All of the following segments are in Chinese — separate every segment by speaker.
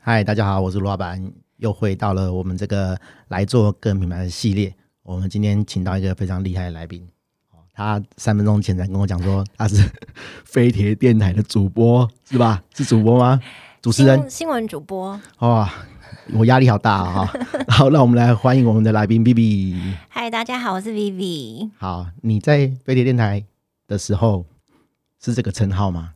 Speaker 1: 嗨，大家好，我是罗老板，又回到了我们这个来做个人品牌的系列。我们今天请到一个非常厉害的来宾，哦他三分钟前才跟我讲说 他是飞碟电台的主播，是吧？是主播吗？主持人
Speaker 2: 新新闻主播，
Speaker 1: 哇，我压力好大啊、好，让我们来欢迎我们的来宾 B B。
Speaker 2: 嗨，大家好，我是 Vivi。
Speaker 1: 好，你在飞碟电台的时候是这个称号吗？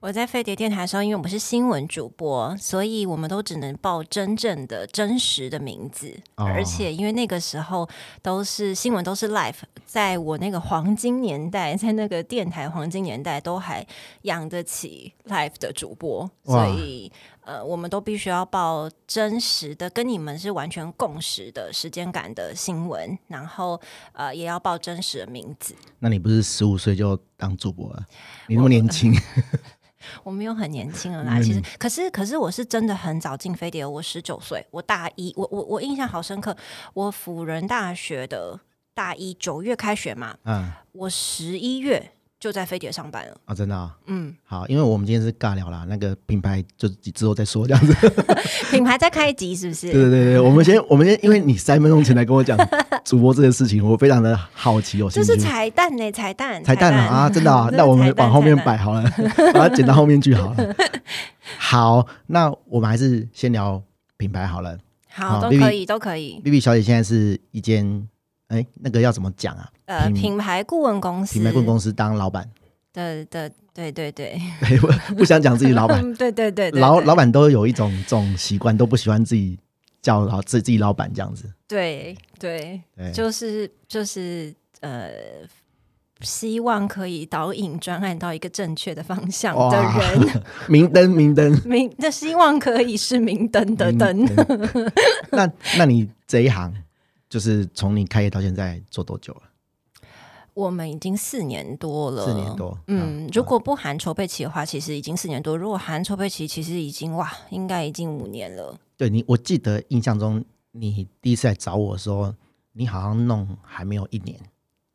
Speaker 2: 我在飞碟电台的时候，因为我们是新闻主播，所以我们都只能报真正的、真实的名字。
Speaker 1: 哦
Speaker 2: 而且，因为那个时候都是新闻，都是 live，在我那个黄金年代，在那个电台黄金年代，都还养得起 live 的主播，
Speaker 1: 哇
Speaker 2: 所以呃，我们都必须要报真实的，跟你们是完全共识的时间感的新闻，然后呃，也要报真实的名字。
Speaker 1: 那你不是十五岁就当主播了？你那么年轻，
Speaker 2: 我没有很年轻了啦，
Speaker 1: 嗯
Speaker 2: 其实，可是可是我是真的很早进飞碟，我十九岁，我大一，我我我印象好深刻，我辅仁大学的大一九月开学嘛，
Speaker 1: 嗯，
Speaker 2: 我十一月就在飞碟上班了，
Speaker 1: 啊，真的、啊。
Speaker 2: 嗯，
Speaker 1: 好，因为我们今天是尬聊啦，那个品牌就之后再说这样子。
Speaker 2: 品牌在开一集是不
Speaker 1: 对对
Speaker 2: 是？
Speaker 1: 对对，我们先我们先，因为你三分钟前来跟我讲主播这件事情，我非常的好奇，有兴
Speaker 2: 这
Speaker 1: 趣
Speaker 2: 是。彩蛋呢、彩蛋，
Speaker 1: 彩蛋啊啊，真的啊，
Speaker 2: 真的
Speaker 1: 那我们
Speaker 2: 彩蛋
Speaker 1: 往后面
Speaker 2: 彩
Speaker 1: 摆
Speaker 2: 蛋
Speaker 1: 好了， 把它剪到后面去好 了。好，那我们还是先聊品牌好了。好
Speaker 2: 好，都
Speaker 1: 啊 Vivi
Speaker 2: 可以，都可以，
Speaker 1: B B 小姐现在是一间，哎，那个要怎么讲啊？
Speaker 2: 呃，
Speaker 1: 品
Speaker 2: 品牌顾问公司，
Speaker 1: 品牌顾问公司当老板，
Speaker 2: 的的，对对对，
Speaker 1: 对，不不想讲自己老板，
Speaker 2: 嗯 对对对，对
Speaker 1: 老
Speaker 2: 对
Speaker 1: 老板都有一种这种习惯，都不喜欢自己叫老自自己老板这样子。
Speaker 2: 对对，
Speaker 1: 对，
Speaker 2: 就是就是呃，希望可以导引专案到一个正确的方向的
Speaker 1: 哇
Speaker 2: 人，
Speaker 1: 明灯明灯
Speaker 2: 明那希望可以是明灯的灯。
Speaker 1: 明灯那那你这一行，就是从你开业到现在做多久了？
Speaker 2: 我们已经四年多了，
Speaker 1: 四年多
Speaker 2: 嗯，
Speaker 1: 啊
Speaker 2: 如果不含筹备期的话，其实已经四年多；如果含筹备期，其实已经哇，应该已经五年了。
Speaker 1: 对你，我记得印象中你第一次来找我说，你好像弄还没有一年。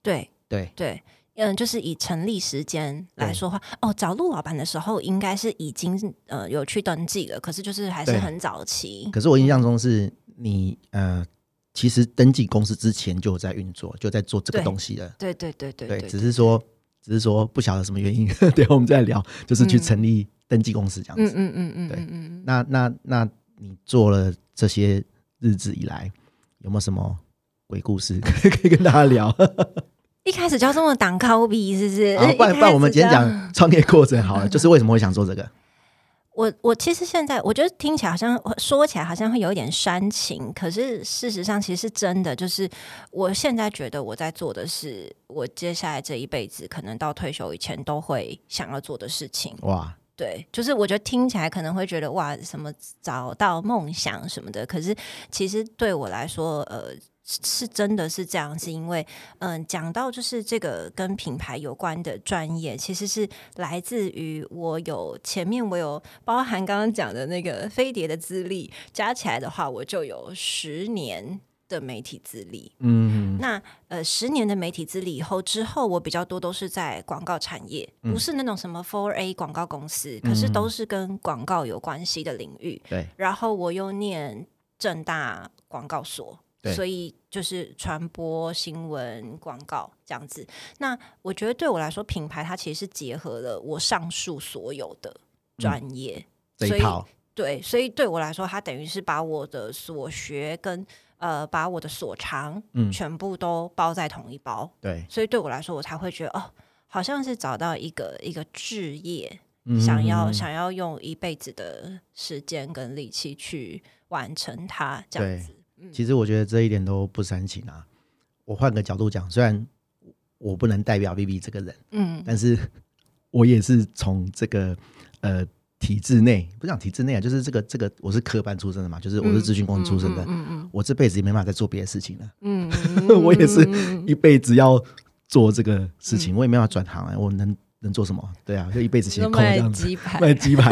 Speaker 2: 对
Speaker 1: 对，
Speaker 2: 对。嗯，就是以成立时间来
Speaker 1: 对
Speaker 2: 说话，哦，找陆老板的时候应该是已经呃有去登记了，可是就是还是
Speaker 1: 对
Speaker 2: 很早期。
Speaker 1: 可是我印象中是你呃，其实登记公司之前就有在运作，就在做这个
Speaker 2: 对
Speaker 1: 东西了。
Speaker 2: 对对对对
Speaker 1: 对，
Speaker 2: 对
Speaker 1: 只是说只是说不晓得什么原因， 对，我们再聊，就是去
Speaker 2: 嗯
Speaker 1: 成立登记公司这样
Speaker 2: 嗯
Speaker 1: 子。
Speaker 2: 嗯嗯嗯，
Speaker 1: 对
Speaker 2: 嗯嗯嗯。
Speaker 1: 那那那你做了这些日子以来，有没有什么鬼故事 可以可以跟大家聊？
Speaker 2: 一开始就要这么挡高比，是不是？
Speaker 1: 好，不然
Speaker 2: 呃一开始
Speaker 1: 不然我们今天
Speaker 2: 就要。
Speaker 1: 讲创业过程 好了，就是为什么会想做这个？
Speaker 2: 我我其实现在我觉得听起来好像说起来好像会有一点煽情，可是事实上其实是真的。就是我现在觉得我在做的是我接下来这一辈子可能到退休以前都会想要做的事情。
Speaker 1: 哇，
Speaker 2: 对，就是我觉得听起来可能会觉得哇，什么找到梦想什么的，可是其实对我来说，呃。是是真的是这样，是因为，嗯，讲到就是这个跟品牌有关的专业，其实是来自于我有前面我有包含刚刚讲的那个飞碟的资历，加起来的话，我就有十年的媒体资历。
Speaker 1: 嗯，
Speaker 2: 那呃，十年的媒体资历以后之后，我比较多都是在广告产业，
Speaker 1: 嗯
Speaker 2: 不是那种什么 Four A 广告公司，可是都是跟广告有关系的领域。
Speaker 1: 对，
Speaker 2: 然后我又念正大广告所
Speaker 1: 对，
Speaker 2: 所以就是传播、新闻、广告这样子。那我觉得对我来说，品牌它其实是结合了我上述所有的专业，
Speaker 1: 嗯这
Speaker 2: 所
Speaker 1: 一
Speaker 2: 以
Speaker 1: 套
Speaker 2: 对，所以对我来说，它等于是把我的所学跟呃，把我的所长，
Speaker 1: 嗯
Speaker 2: 全部都包在同一包，
Speaker 1: 对，嗯
Speaker 2: 所以对我来说，我才会觉得哦，好像是找到一个一个置业，
Speaker 1: 嗯
Speaker 2: 想要想要用一辈子的时间跟力气去完成它，这样子。
Speaker 1: 其实我觉得这一点都不煽情啊。我换个角度讲，虽然我不能代表 B B 这个人，
Speaker 2: 嗯
Speaker 1: 但是 我也是从这个呃体制内，不讲体制内啊，就是这个这个我是科班出身的嘛，就是我是资讯工出身的，
Speaker 2: 嗯
Speaker 1: 我这辈子也没办法再做别的事情了，
Speaker 2: 嗯 嗯
Speaker 1: 我也是
Speaker 2: 嗯
Speaker 1: 一辈子要做这个事情，我也没办法转行啊，我能能做什么？对啊，就一辈子写
Speaker 2: 就
Speaker 1: 空这
Speaker 2: 卖
Speaker 1: 样子，
Speaker 2: 鸡排，
Speaker 1: 卖鸡排，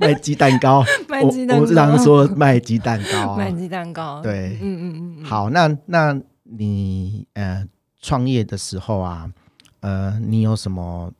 Speaker 1: 卖鸡蛋糕，
Speaker 2: 卖
Speaker 1: 我
Speaker 2: 鸡蛋
Speaker 1: 我
Speaker 2: 糕
Speaker 1: 们经常说卖鸡蛋糕啊
Speaker 2: 卖，鸡蛋糕，，
Speaker 1: 对，
Speaker 2: 嗯嗯嗯嗯，
Speaker 1: 好，那那你呃创业的时候啊，呃，你有什么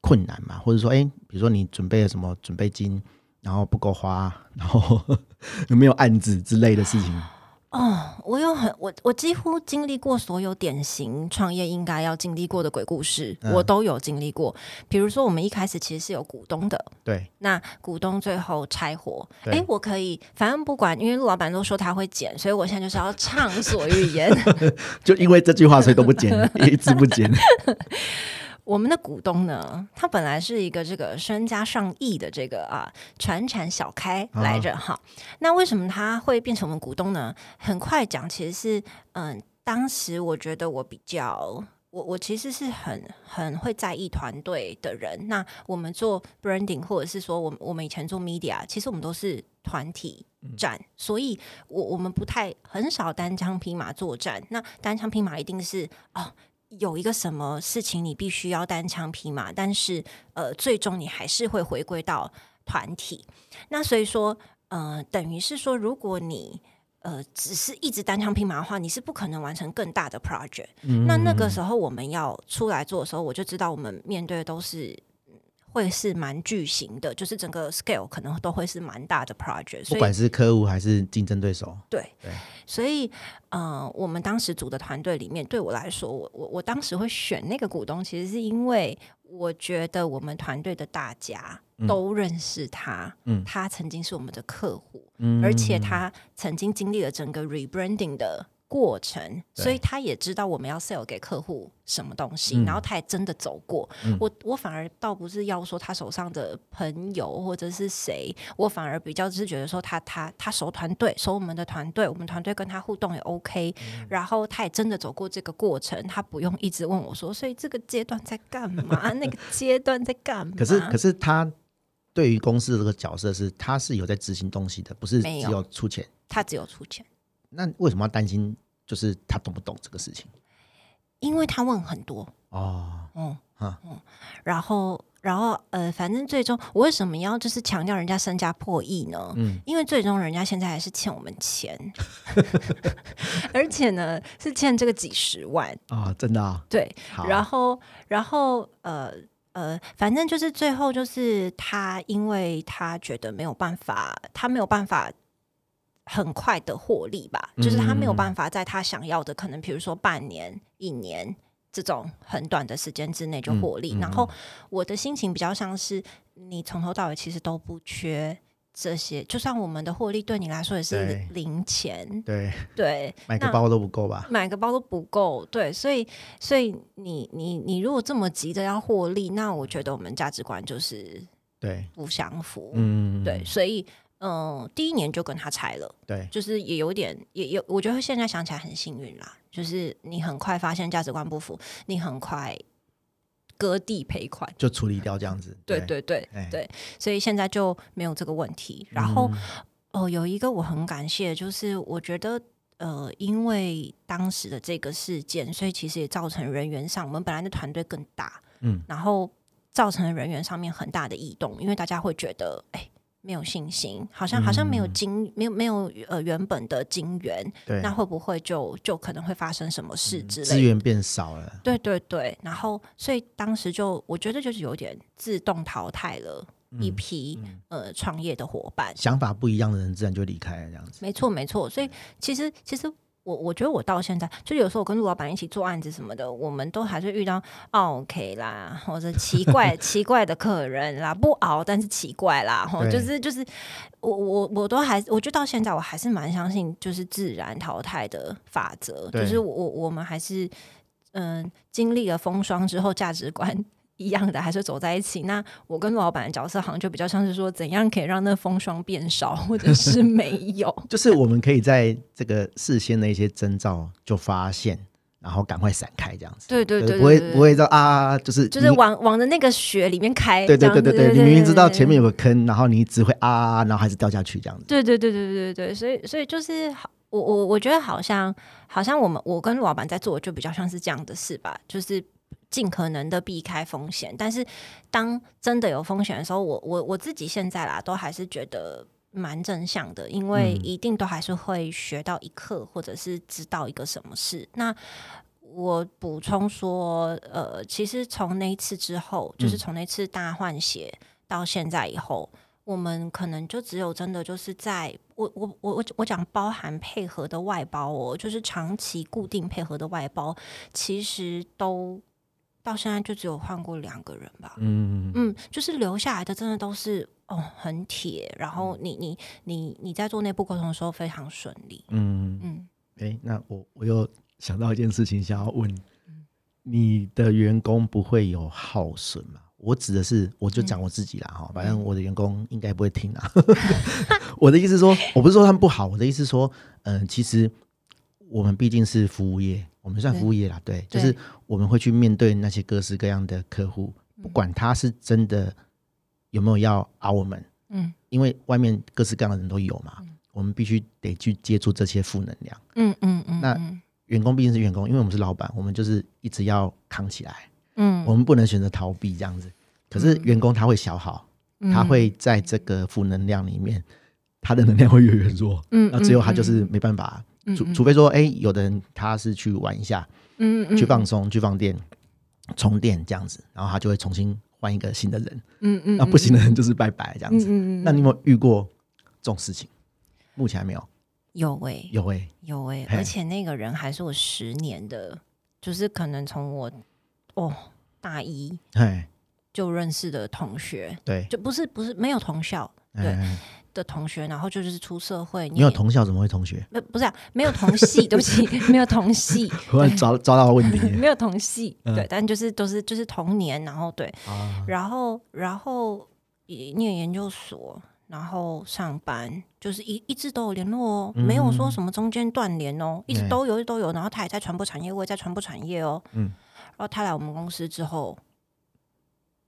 Speaker 1: 困难吗？或者说，哎、比如说你准备了什么准备金，然后不够花，然后 有没有案子之类的事情。
Speaker 2: 哦，我有很我我几乎经历过所有典型创业应该要经历过的鬼故事，
Speaker 1: 嗯
Speaker 2: 我都有经历过。比如说，我们一开始其实是有股东的，
Speaker 1: 对，
Speaker 2: 那股东最后拆伙，
Speaker 1: 对
Speaker 2: 哎，我可以，反正不管，因为陆老板都说他会剪，所以我现在就是要畅所欲言。
Speaker 1: 就因为这句话，所以都不剪，一直不剪。
Speaker 2: 我们的股东呢，他本来是一个这个身家上亿的这个啊船产小开来着哈、那为什么他会变成我们股东呢？很快讲，其实是嗯，当时我觉得我比较。我我其实是很很会在意团队的人。那我们做 branding，或者是说我们我们以前做 media，其实我们都是团体战，所以我我们不太很少单枪匹马作战。那单枪匹马一定是哦，有一个什么事情你必须要单枪匹马，但是呃，最终你还是会回归到团体。那所以说，呃，等于是说，如果你呃只是一直单枪匹马的话，你是不可能完成更大的 project。那
Speaker 1: 嗯
Speaker 2: 那个时候我们要出来做的时候，我就知道我们面对的都是。嗯会是蛮巨型的，就是整个 scale 可能都会是蛮大的 project，
Speaker 1: 不
Speaker 2: 所以
Speaker 1: 管是客户还是竞争对手，
Speaker 2: 对，
Speaker 1: 对
Speaker 2: 所以呃，我们当时组的团队里面，对我来说，我我我当时会选那个股东，其实是因为我觉得我们团队的大家都认识他，
Speaker 1: 嗯
Speaker 2: 他曾经是我们的客户，
Speaker 1: 嗯
Speaker 2: 而且他曾经经历了整个 rebranding 的。过程，
Speaker 1: 对
Speaker 2: 所以他也知道我们要 sell 给客户什么东西，
Speaker 1: 嗯
Speaker 2: 然后他也真的走过。
Speaker 1: 嗯
Speaker 2: 我我反而倒不是要说他手上的朋友或者是谁，我反而比较是觉得说他他他熟团队，熟我们的团队，我们团队跟他互动也 OK，、然
Speaker 1: 嗯
Speaker 2: 后他也真的走过这个过程，他不用一直问我说，所以这个阶段在干 嘛，那个阶段在干嘛？
Speaker 1: 可是可是他对于公司的这个角色是，他是有在执行东西的，不是只
Speaker 2: 没有
Speaker 1: 有出钱。
Speaker 2: 他只有出钱，
Speaker 1: 那为什么要担心？就是他懂不懂这个事情？
Speaker 2: 因为他问很多，
Speaker 1: 哦，
Speaker 2: 嗯
Speaker 1: 嗯
Speaker 2: 嗯，然后然后呃，反正最终我为什么要就是强调人家身家破亿呢？
Speaker 1: 嗯
Speaker 2: 因为最终人家现在还是欠我们钱， 而且呢是欠这个几十万，
Speaker 1: 啊、真的啊、
Speaker 2: 对，
Speaker 1: 好，
Speaker 2: 然后，然后，呃呃，反正就是最后就是他，因为他觉得没有办法，他没有办法很快的获利吧，就是他
Speaker 1: 嗯
Speaker 2: 没有办法在他想要的，可能比如说半年、一年这种很短的时间之内就获利。
Speaker 1: 嗯嗯
Speaker 2: 然后我的心情比较像是，你从头到尾其实都不缺。这些，就算我们的获利对你来说也是
Speaker 1: 对
Speaker 2: 零钱，
Speaker 1: 对，
Speaker 2: 对，
Speaker 1: 买个
Speaker 2: 那
Speaker 1: 包都不够吧？
Speaker 2: 买个包都不够，对，所以所以你你你如果这么急着要获利，那我觉得我们价值观就是
Speaker 1: 对，
Speaker 2: 不相符，
Speaker 1: 嗯，
Speaker 2: 对，所以嗯、呃第一年就跟他拆了，
Speaker 1: 对，
Speaker 2: 就是也有点也也，我觉得现在想起来很幸运啦，就是你很快发现价值观不符，你很快割地赔款，
Speaker 1: 就处理掉这样子。
Speaker 2: 对对对
Speaker 1: 哎
Speaker 2: 对，所以现在就没有这个问题，然
Speaker 1: 嗯
Speaker 2: 后。哦，有一个我很感谢，就是我觉得。呃，因为当时的这个事件，所以其实也造成人员上，我们本来的团队更大，
Speaker 1: 嗯
Speaker 2: 然后造成人员上面很大的异动，因为大家会觉得，哎，没有信心，好像好像没有
Speaker 1: 嗯
Speaker 2: 金，没有没有呃原本的金源，
Speaker 1: 对，嗯
Speaker 2: 那会不会就就可能会发生什么事之
Speaker 1: 资
Speaker 2: 类的？
Speaker 1: 源变少了。
Speaker 2: 对对对，然后所以当时就我觉得就是有点自动淘汰了
Speaker 1: 嗯
Speaker 2: 一批、呃创业的伙伴，
Speaker 1: 想法不一样的人自然就离开了，这样子。嗯
Speaker 2: 没错，没错。所以其实其实我我觉得我到现在，就有时候我跟陆老板一起做案子什么的，我们都还是遇到哦 OK 啦，或者奇 怪奇怪的客人啦，不熬但是奇怪啦，吼，
Speaker 1: 对
Speaker 2: 就是就是我我我都还，我觉得到现在我还是蛮相信就是自然淘汰的法则，
Speaker 1: 对
Speaker 2: 就是我我我们还是嗯、经历了风霜之后，价值观。 一样的还是走在一起。那我跟陆老板的角色好像就比较像是说，怎样可以让那风霜变少，或者是没有。
Speaker 1: 就是我们可以在这个事先的一些征兆就发现，然后赶快闪开这样子。
Speaker 2: 对对
Speaker 1: 就
Speaker 2: 对，
Speaker 1: 是
Speaker 2: 对
Speaker 1: 呃不会
Speaker 2: 对
Speaker 1: 不会到啊，就是
Speaker 2: 就是
Speaker 1: 你
Speaker 2: 往往着那个雪里面开。
Speaker 1: 对对
Speaker 2: 这
Speaker 1: 对
Speaker 2: 样
Speaker 1: 对
Speaker 2: 子
Speaker 1: 对，你明明知道前面有个坑，然后你只会啊，然后还是掉下去这样子。
Speaker 2: 对对对对对对对，所以所以就是好。我我我觉得好像好像我们我跟陆老板在做，就比较像是这样的事吧，就是尽可能的避开风险。但是当真的有风险的时候，我我我自己现在啦，都还是觉得蛮正向的，因为
Speaker 1: 嗯
Speaker 2: 一定都还是会学到一课，或者是知道一个什么事。那我补充说，
Speaker 1: 嗯
Speaker 2: 呃，其实从那一次之后，就是从那次大换血到现在以后，我们可能就只有真的就是在我我我我我讲包含配合的外包哦，就是长期固定配合的外包，其实都到现在就只有换过两个人吧。
Speaker 3: 嗯，
Speaker 2: 嗯，就是留下来的真的都是哦很铁，然后
Speaker 1: 嗯
Speaker 2: 你你你你在做内部沟通的时候非常顺利。
Speaker 3: 嗯，
Speaker 2: 嗯，
Speaker 1: 哎、那我我又想到一件事情，想要问你的员工不会有耗损吗？我指的是，我就讲我自己啦哈，反正我的员工应该不会听啊。 我的意思是说，我不是说他们不好，我的意思是说，嗯、其实我们毕竟是服务业，我们算服务业啦，对，就是
Speaker 2: 对
Speaker 1: 我们会去面对那些各式各样的客户，不管他是真的有没有要熬我们，
Speaker 2: 嗯
Speaker 1: 因为外面各式各样的人都有嘛，我们必须得去接触这些负能量。
Speaker 2: 嗯嗯嗯，
Speaker 1: 那
Speaker 2: 嗯
Speaker 1: 员工毕竟是员工，因为我们是老板，我们就是一直要扛起来，
Speaker 2: 嗯
Speaker 1: 我们不能选择逃避这样子。可是员工他会消耗，
Speaker 2: 嗯
Speaker 1: 他会在这个负能量里面，他的能量会越来越弱。
Speaker 2: 嗯
Speaker 1: 那最后他就是没办法，
Speaker 2: 嗯
Speaker 1: 除
Speaker 2: 嗯
Speaker 1: 除非说，哎、有的人他是去玩一下，
Speaker 2: 嗯嗯
Speaker 1: 去放松，去放电，充电这样子，然后他就会重新换一个新的人。
Speaker 2: 嗯嗯
Speaker 1: 那不行的人就是拜拜这样
Speaker 2: 嗯
Speaker 1: 子。
Speaker 2: 嗯嗯，
Speaker 1: 那你有没有遇过这种事情？目前还没有。
Speaker 2: 有喂、
Speaker 1: 有哎、
Speaker 2: 有哎、
Speaker 1: 嘿
Speaker 2: 而且那个人还是我十年的，就是可能从我哦大一
Speaker 1: 哎，
Speaker 2: 就认识的同学，
Speaker 1: 对，
Speaker 2: 就不是不是没有同校对
Speaker 1: 哎
Speaker 2: 的同学，然后就是出社会，
Speaker 1: 你有
Speaker 2: 也
Speaker 1: 同校怎么会同学？
Speaker 2: 不不是、啊、没有同系，对不起，没有同系，
Speaker 1: 突然抓抓到问题
Speaker 2: 没有同系，
Speaker 1: 嗯
Speaker 2: 对，但就是都是就是同年，然后对，
Speaker 1: 啊！
Speaker 2: 然后然后也念研究所，然后上班，就是一一直都有联络哦，
Speaker 1: 嗯
Speaker 2: 没有说什么中间断联哦，一直
Speaker 1: 对
Speaker 2: 都有，一直都有。然后他也在传播产业，我也在传播产业哦。
Speaker 1: 嗯，
Speaker 2: 然后他来我们公司之后，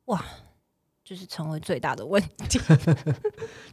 Speaker 2: 哇，就是成为最大的问题。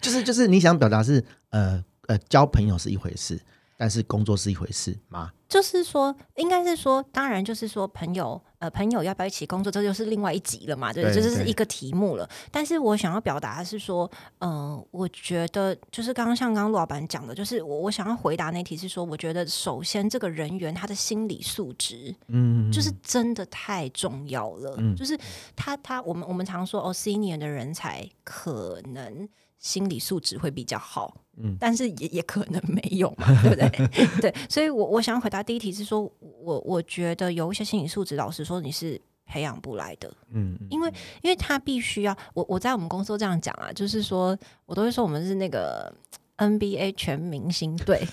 Speaker 1: 就是就是你想表达是呃呃，交朋友是一回事，但是工作是一回事吗？
Speaker 2: 就是说，应该是说，当然就是说，朋友，呃，朋友要不要一起工作，这就是另外一集了嘛，对不对，
Speaker 1: 对
Speaker 2: 这就是
Speaker 1: 对
Speaker 2: 一个题目了。但是我想要表达的是说，嗯、我觉得就是刚刚像刚刚陆老板讲的，就是我我想要回答那题是说，我觉得首先这个人员他的心理素质，
Speaker 1: 嗯，
Speaker 2: 就是真的太重要了。
Speaker 1: 嗯
Speaker 2: 就是他他我们我们常说哦，senior 的人才可能心理素质会比较好，
Speaker 1: 嗯
Speaker 2: 但是也也可能没有嘛，对不对？ 对，所以我我想回答第一题是说，我我觉得有一些心理素质，老实说你是。培养不来的，
Speaker 1: 嗯嗯
Speaker 2: 因为因为他必须要我我在我们公司都这样讲啊，就是说我都会说我们是那个 NBA 全明星队，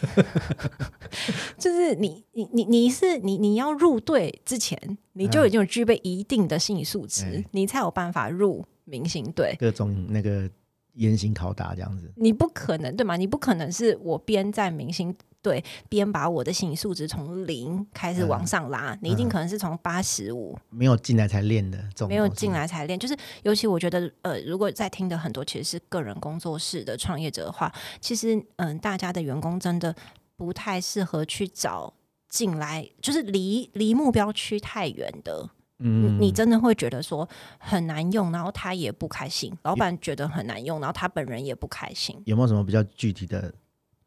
Speaker 2: 就是你你你你是你你要入队之前，你就已经有具备一定的心理素质，
Speaker 1: 哎
Speaker 2: 你才有办法入明星队。
Speaker 1: 各种那个严刑拷打这样子，
Speaker 2: 你不可能对吗？你不可能是我边在明星队边把我的心理素质从零开始往上拉，你一定可能是从八十五
Speaker 1: 没有进来才练的这种，
Speaker 2: 没有进，来才练，就是尤其我觉得，呃，如果在听的很多其实是个人工作室的创业者的话，其实嗯、大家的员工真的不太适合去找进来，就是离离目标区太远的，
Speaker 1: 嗯
Speaker 2: 你你真的会觉得说很难用，然后他也不开心，老板觉得很难用，然后他本人也不开心。
Speaker 1: 有没有什么比较具体的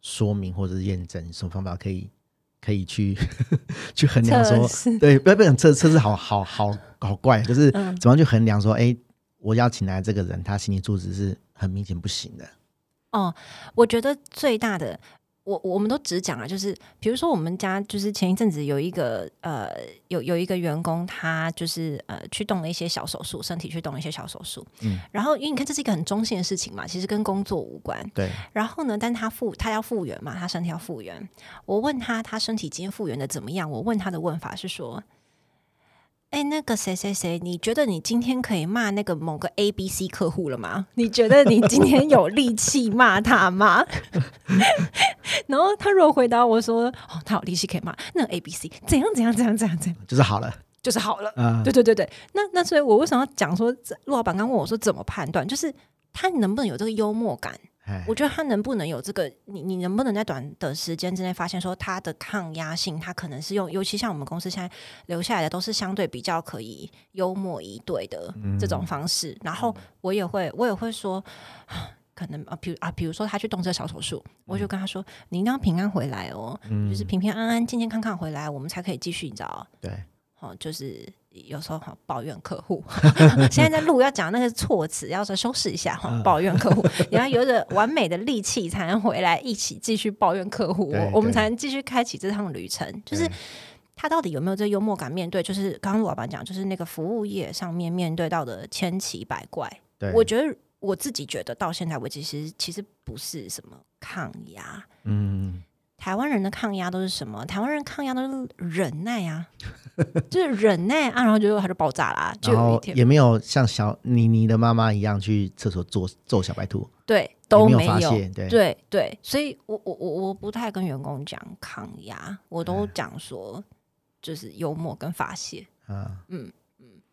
Speaker 1: 说明或者是验证？什么方法可以可以去 去衡量
Speaker 2: 测
Speaker 1: 说？
Speaker 2: 试
Speaker 1: 对，不要不要讲测测试好好好好怪，就是
Speaker 2: 嗯
Speaker 1: 怎么样去衡量说，哎、我要请来这个人，他心理素质是很明显不行的。
Speaker 2: 哦，我觉得最大的，我我们都只讲啊，就是比如说我们家就是前一阵子有一个呃有有一个员工，他就是呃去动了一些小手术，身体去动了一些小手术，
Speaker 1: 嗯
Speaker 2: 然后因为你看这是一个很中性的事情嘛，其实跟工作无关，
Speaker 1: 对，
Speaker 2: 然后呢，但他复他要复原嘛，他身体要复原。我问他他身体今天复原的怎么样？我问他的问法是说：“哎，那个谁谁谁，你觉得你今天可以骂那个某个 A B C 客户了吗？你觉得你今天有力气骂他吗？” 然后他如果回答我说：“哦，他有力气可以骂那个 A B C，怎样怎样怎样怎样怎样，
Speaker 1: 就是好了
Speaker 2: 就是好了。”
Speaker 1: 啊、
Speaker 2: 对对对对，那那所以，我为什么要讲说，这陆老板刚问我说怎么判断，就是他能不能有这个幽默感？
Speaker 1: 哎
Speaker 2: 我觉得他能不能有这个，你你能不能在短的时间之内发现说他的抗压性，他可能是用，尤其像我们公司现在留下来的都是相对比较可以幽默以对的
Speaker 1: 嗯
Speaker 2: 这种方式。然后我也会我也会说， 可能啊，比如啊，比如说他去动这小手术，我就跟他说，你一定要平安回
Speaker 1: 嗯
Speaker 2: 来哦，就是平平安安、健健康康回来，我们才可以继续，你知道。
Speaker 1: 对，
Speaker 2: 哦，就是有时候哈抱怨客 户，现在在录要讲那个措辞，要是修饰一下
Speaker 1: 嗯
Speaker 2: 哈，抱怨客户，你要有着完美的力气才能回来一起继续抱怨客户，
Speaker 1: 对
Speaker 2: 我我们
Speaker 1: 对
Speaker 2: 才能继续开启这趟旅程，就是
Speaker 1: 对。
Speaker 2: 他到底有没有这幽默感？面对就是刚刚陆老板讲，就是那个服务业上面面对到的千奇百怪，
Speaker 1: 对，
Speaker 2: 我觉得我自己觉得到现在为止，其实其实不是什么抗压。
Speaker 1: 嗯，
Speaker 2: 台湾人的抗压都是什么？台湾人抗压都是忍耐啊， 就是忍耐啊，然后就他就爆炸啦、就
Speaker 1: 然
Speaker 2: 有一
Speaker 1: 后
Speaker 2: 天
Speaker 1: 也没有像小妮妮的妈妈一样去厕所揍揍小白兔，
Speaker 2: 对都
Speaker 1: 也
Speaker 2: 没
Speaker 1: 没有发
Speaker 2: 有，
Speaker 1: 泄，对
Speaker 2: 对对，所以我我我我不太跟员工讲抗压，我都
Speaker 1: 嗯
Speaker 2: 讲说就是幽默跟发泄。
Speaker 1: 啊，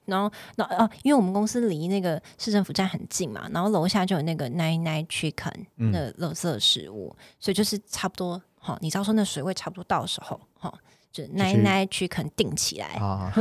Speaker 2: 然后，那哦、因为我们公司离那个市政府站很近嘛，然后楼下就有那个 Nine Nine Chicken
Speaker 1: 嗯
Speaker 2: 那个垃圾食物，所以就是差不多，哈、你知道说那水位差不多到时候，哈、就 Nine Nine Chicken 定起来，
Speaker 1: 啊，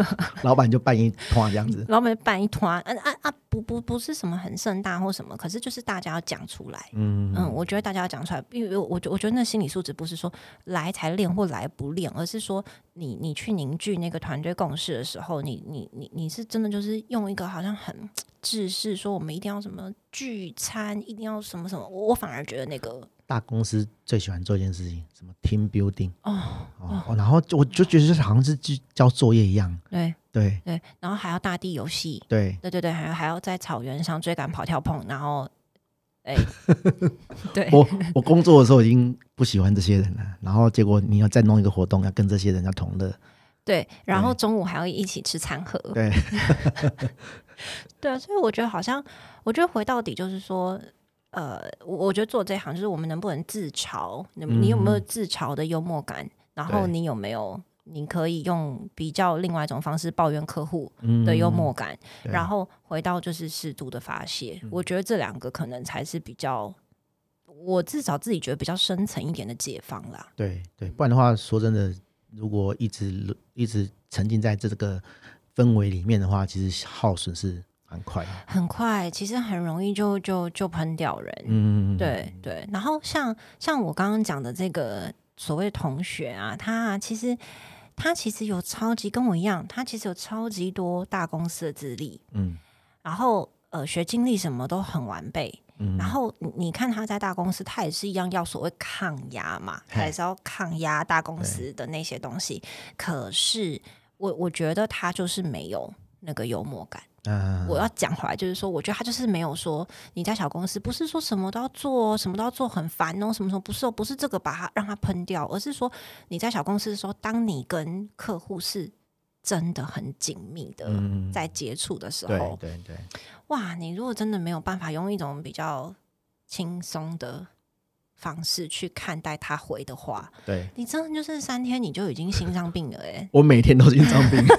Speaker 1: 老板就办一团这样 子，
Speaker 2: 然后我们办一团，嗯啊啊，不不不是什么很盛大或什么，可是就是大家要讲出来。
Speaker 1: 嗯
Speaker 2: 嗯，我觉得大家要讲出来，因为我觉我觉得那心理素质不是说来才练或来不练，而是说你你去凝聚那个团队共识的时候，你你你你是真的就是用一个好像很制式，说我们一定要什么聚餐，一定要什么什么，我我反而觉得那个
Speaker 1: 大公司最喜欢做一件事情，什么 team building
Speaker 2: 哦，
Speaker 1: 哦，哦然后就我就觉得就是好像是去交作业一样，
Speaker 2: 对
Speaker 1: 对
Speaker 2: 对，然后还要大地游戏，
Speaker 1: 对，
Speaker 2: 对对对，还要还要在草原上追赶跑跳碰，然后 哎，对，
Speaker 1: 我我工作的时候已经不喜欢这些人了，然后结果你要再弄一个活动，要跟这些人要同乐，
Speaker 2: 对，然后
Speaker 1: 对
Speaker 2: 中午还要一起吃餐盒。
Speaker 1: 对
Speaker 2: 对啊，所以我觉得好像，我觉得回到底就是说，呃，我我觉得做这行就是我们能不能自嘲，你你有没有
Speaker 1: 嗯
Speaker 2: 自嘲的幽默感，然后
Speaker 1: 对
Speaker 2: 你有没有你可以用比较另外一种方式抱怨客户
Speaker 1: 嗯
Speaker 2: 的幽默感，
Speaker 1: 对嗯
Speaker 2: 然后回到就是适度的发泄，我觉得这两个可能才是比较。我至少自己觉得比较深层一点的解放啦，
Speaker 1: 对对，不然的话，说真的，如果一直一直沉浸在这个氛围里面的话，其实耗损是蛮快的。
Speaker 2: 很快，其实很容易就就就喷掉人，
Speaker 1: 嗯，
Speaker 2: 对对，然后像像我刚刚讲的这个所谓同学啊，他啊其实他其实有超级跟我一样，他其实有超级多大公司的资历，
Speaker 1: 嗯
Speaker 2: 然后呃学经历什么都很完备，
Speaker 1: 嗯，
Speaker 2: 然后你你看他在大公司，他也是一样要所谓抗压嘛，
Speaker 1: 嘿
Speaker 2: 他也是要抗压大公司的那些东西，可是我我觉得他就是没有那个幽默感。
Speaker 1: 嗯
Speaker 2: 我要讲回来，就是说，我觉得他就是没有说你在小公司不是说什么都要做哦，什么都要做很烦哦，什么什么不是哦，不是这个把它让它喷掉，而是说你在小公司的时候，当你跟客户是真的很紧密的
Speaker 1: 嗯
Speaker 2: 在接触的时
Speaker 1: 对
Speaker 2: 候，
Speaker 1: 对对，
Speaker 2: 哇，你如果真的没有办法用一种比较轻松的方式去看待他回的话，
Speaker 1: 对
Speaker 2: 你真的就是三天你就已经心脏病了哎、
Speaker 1: 我每天都心脏病，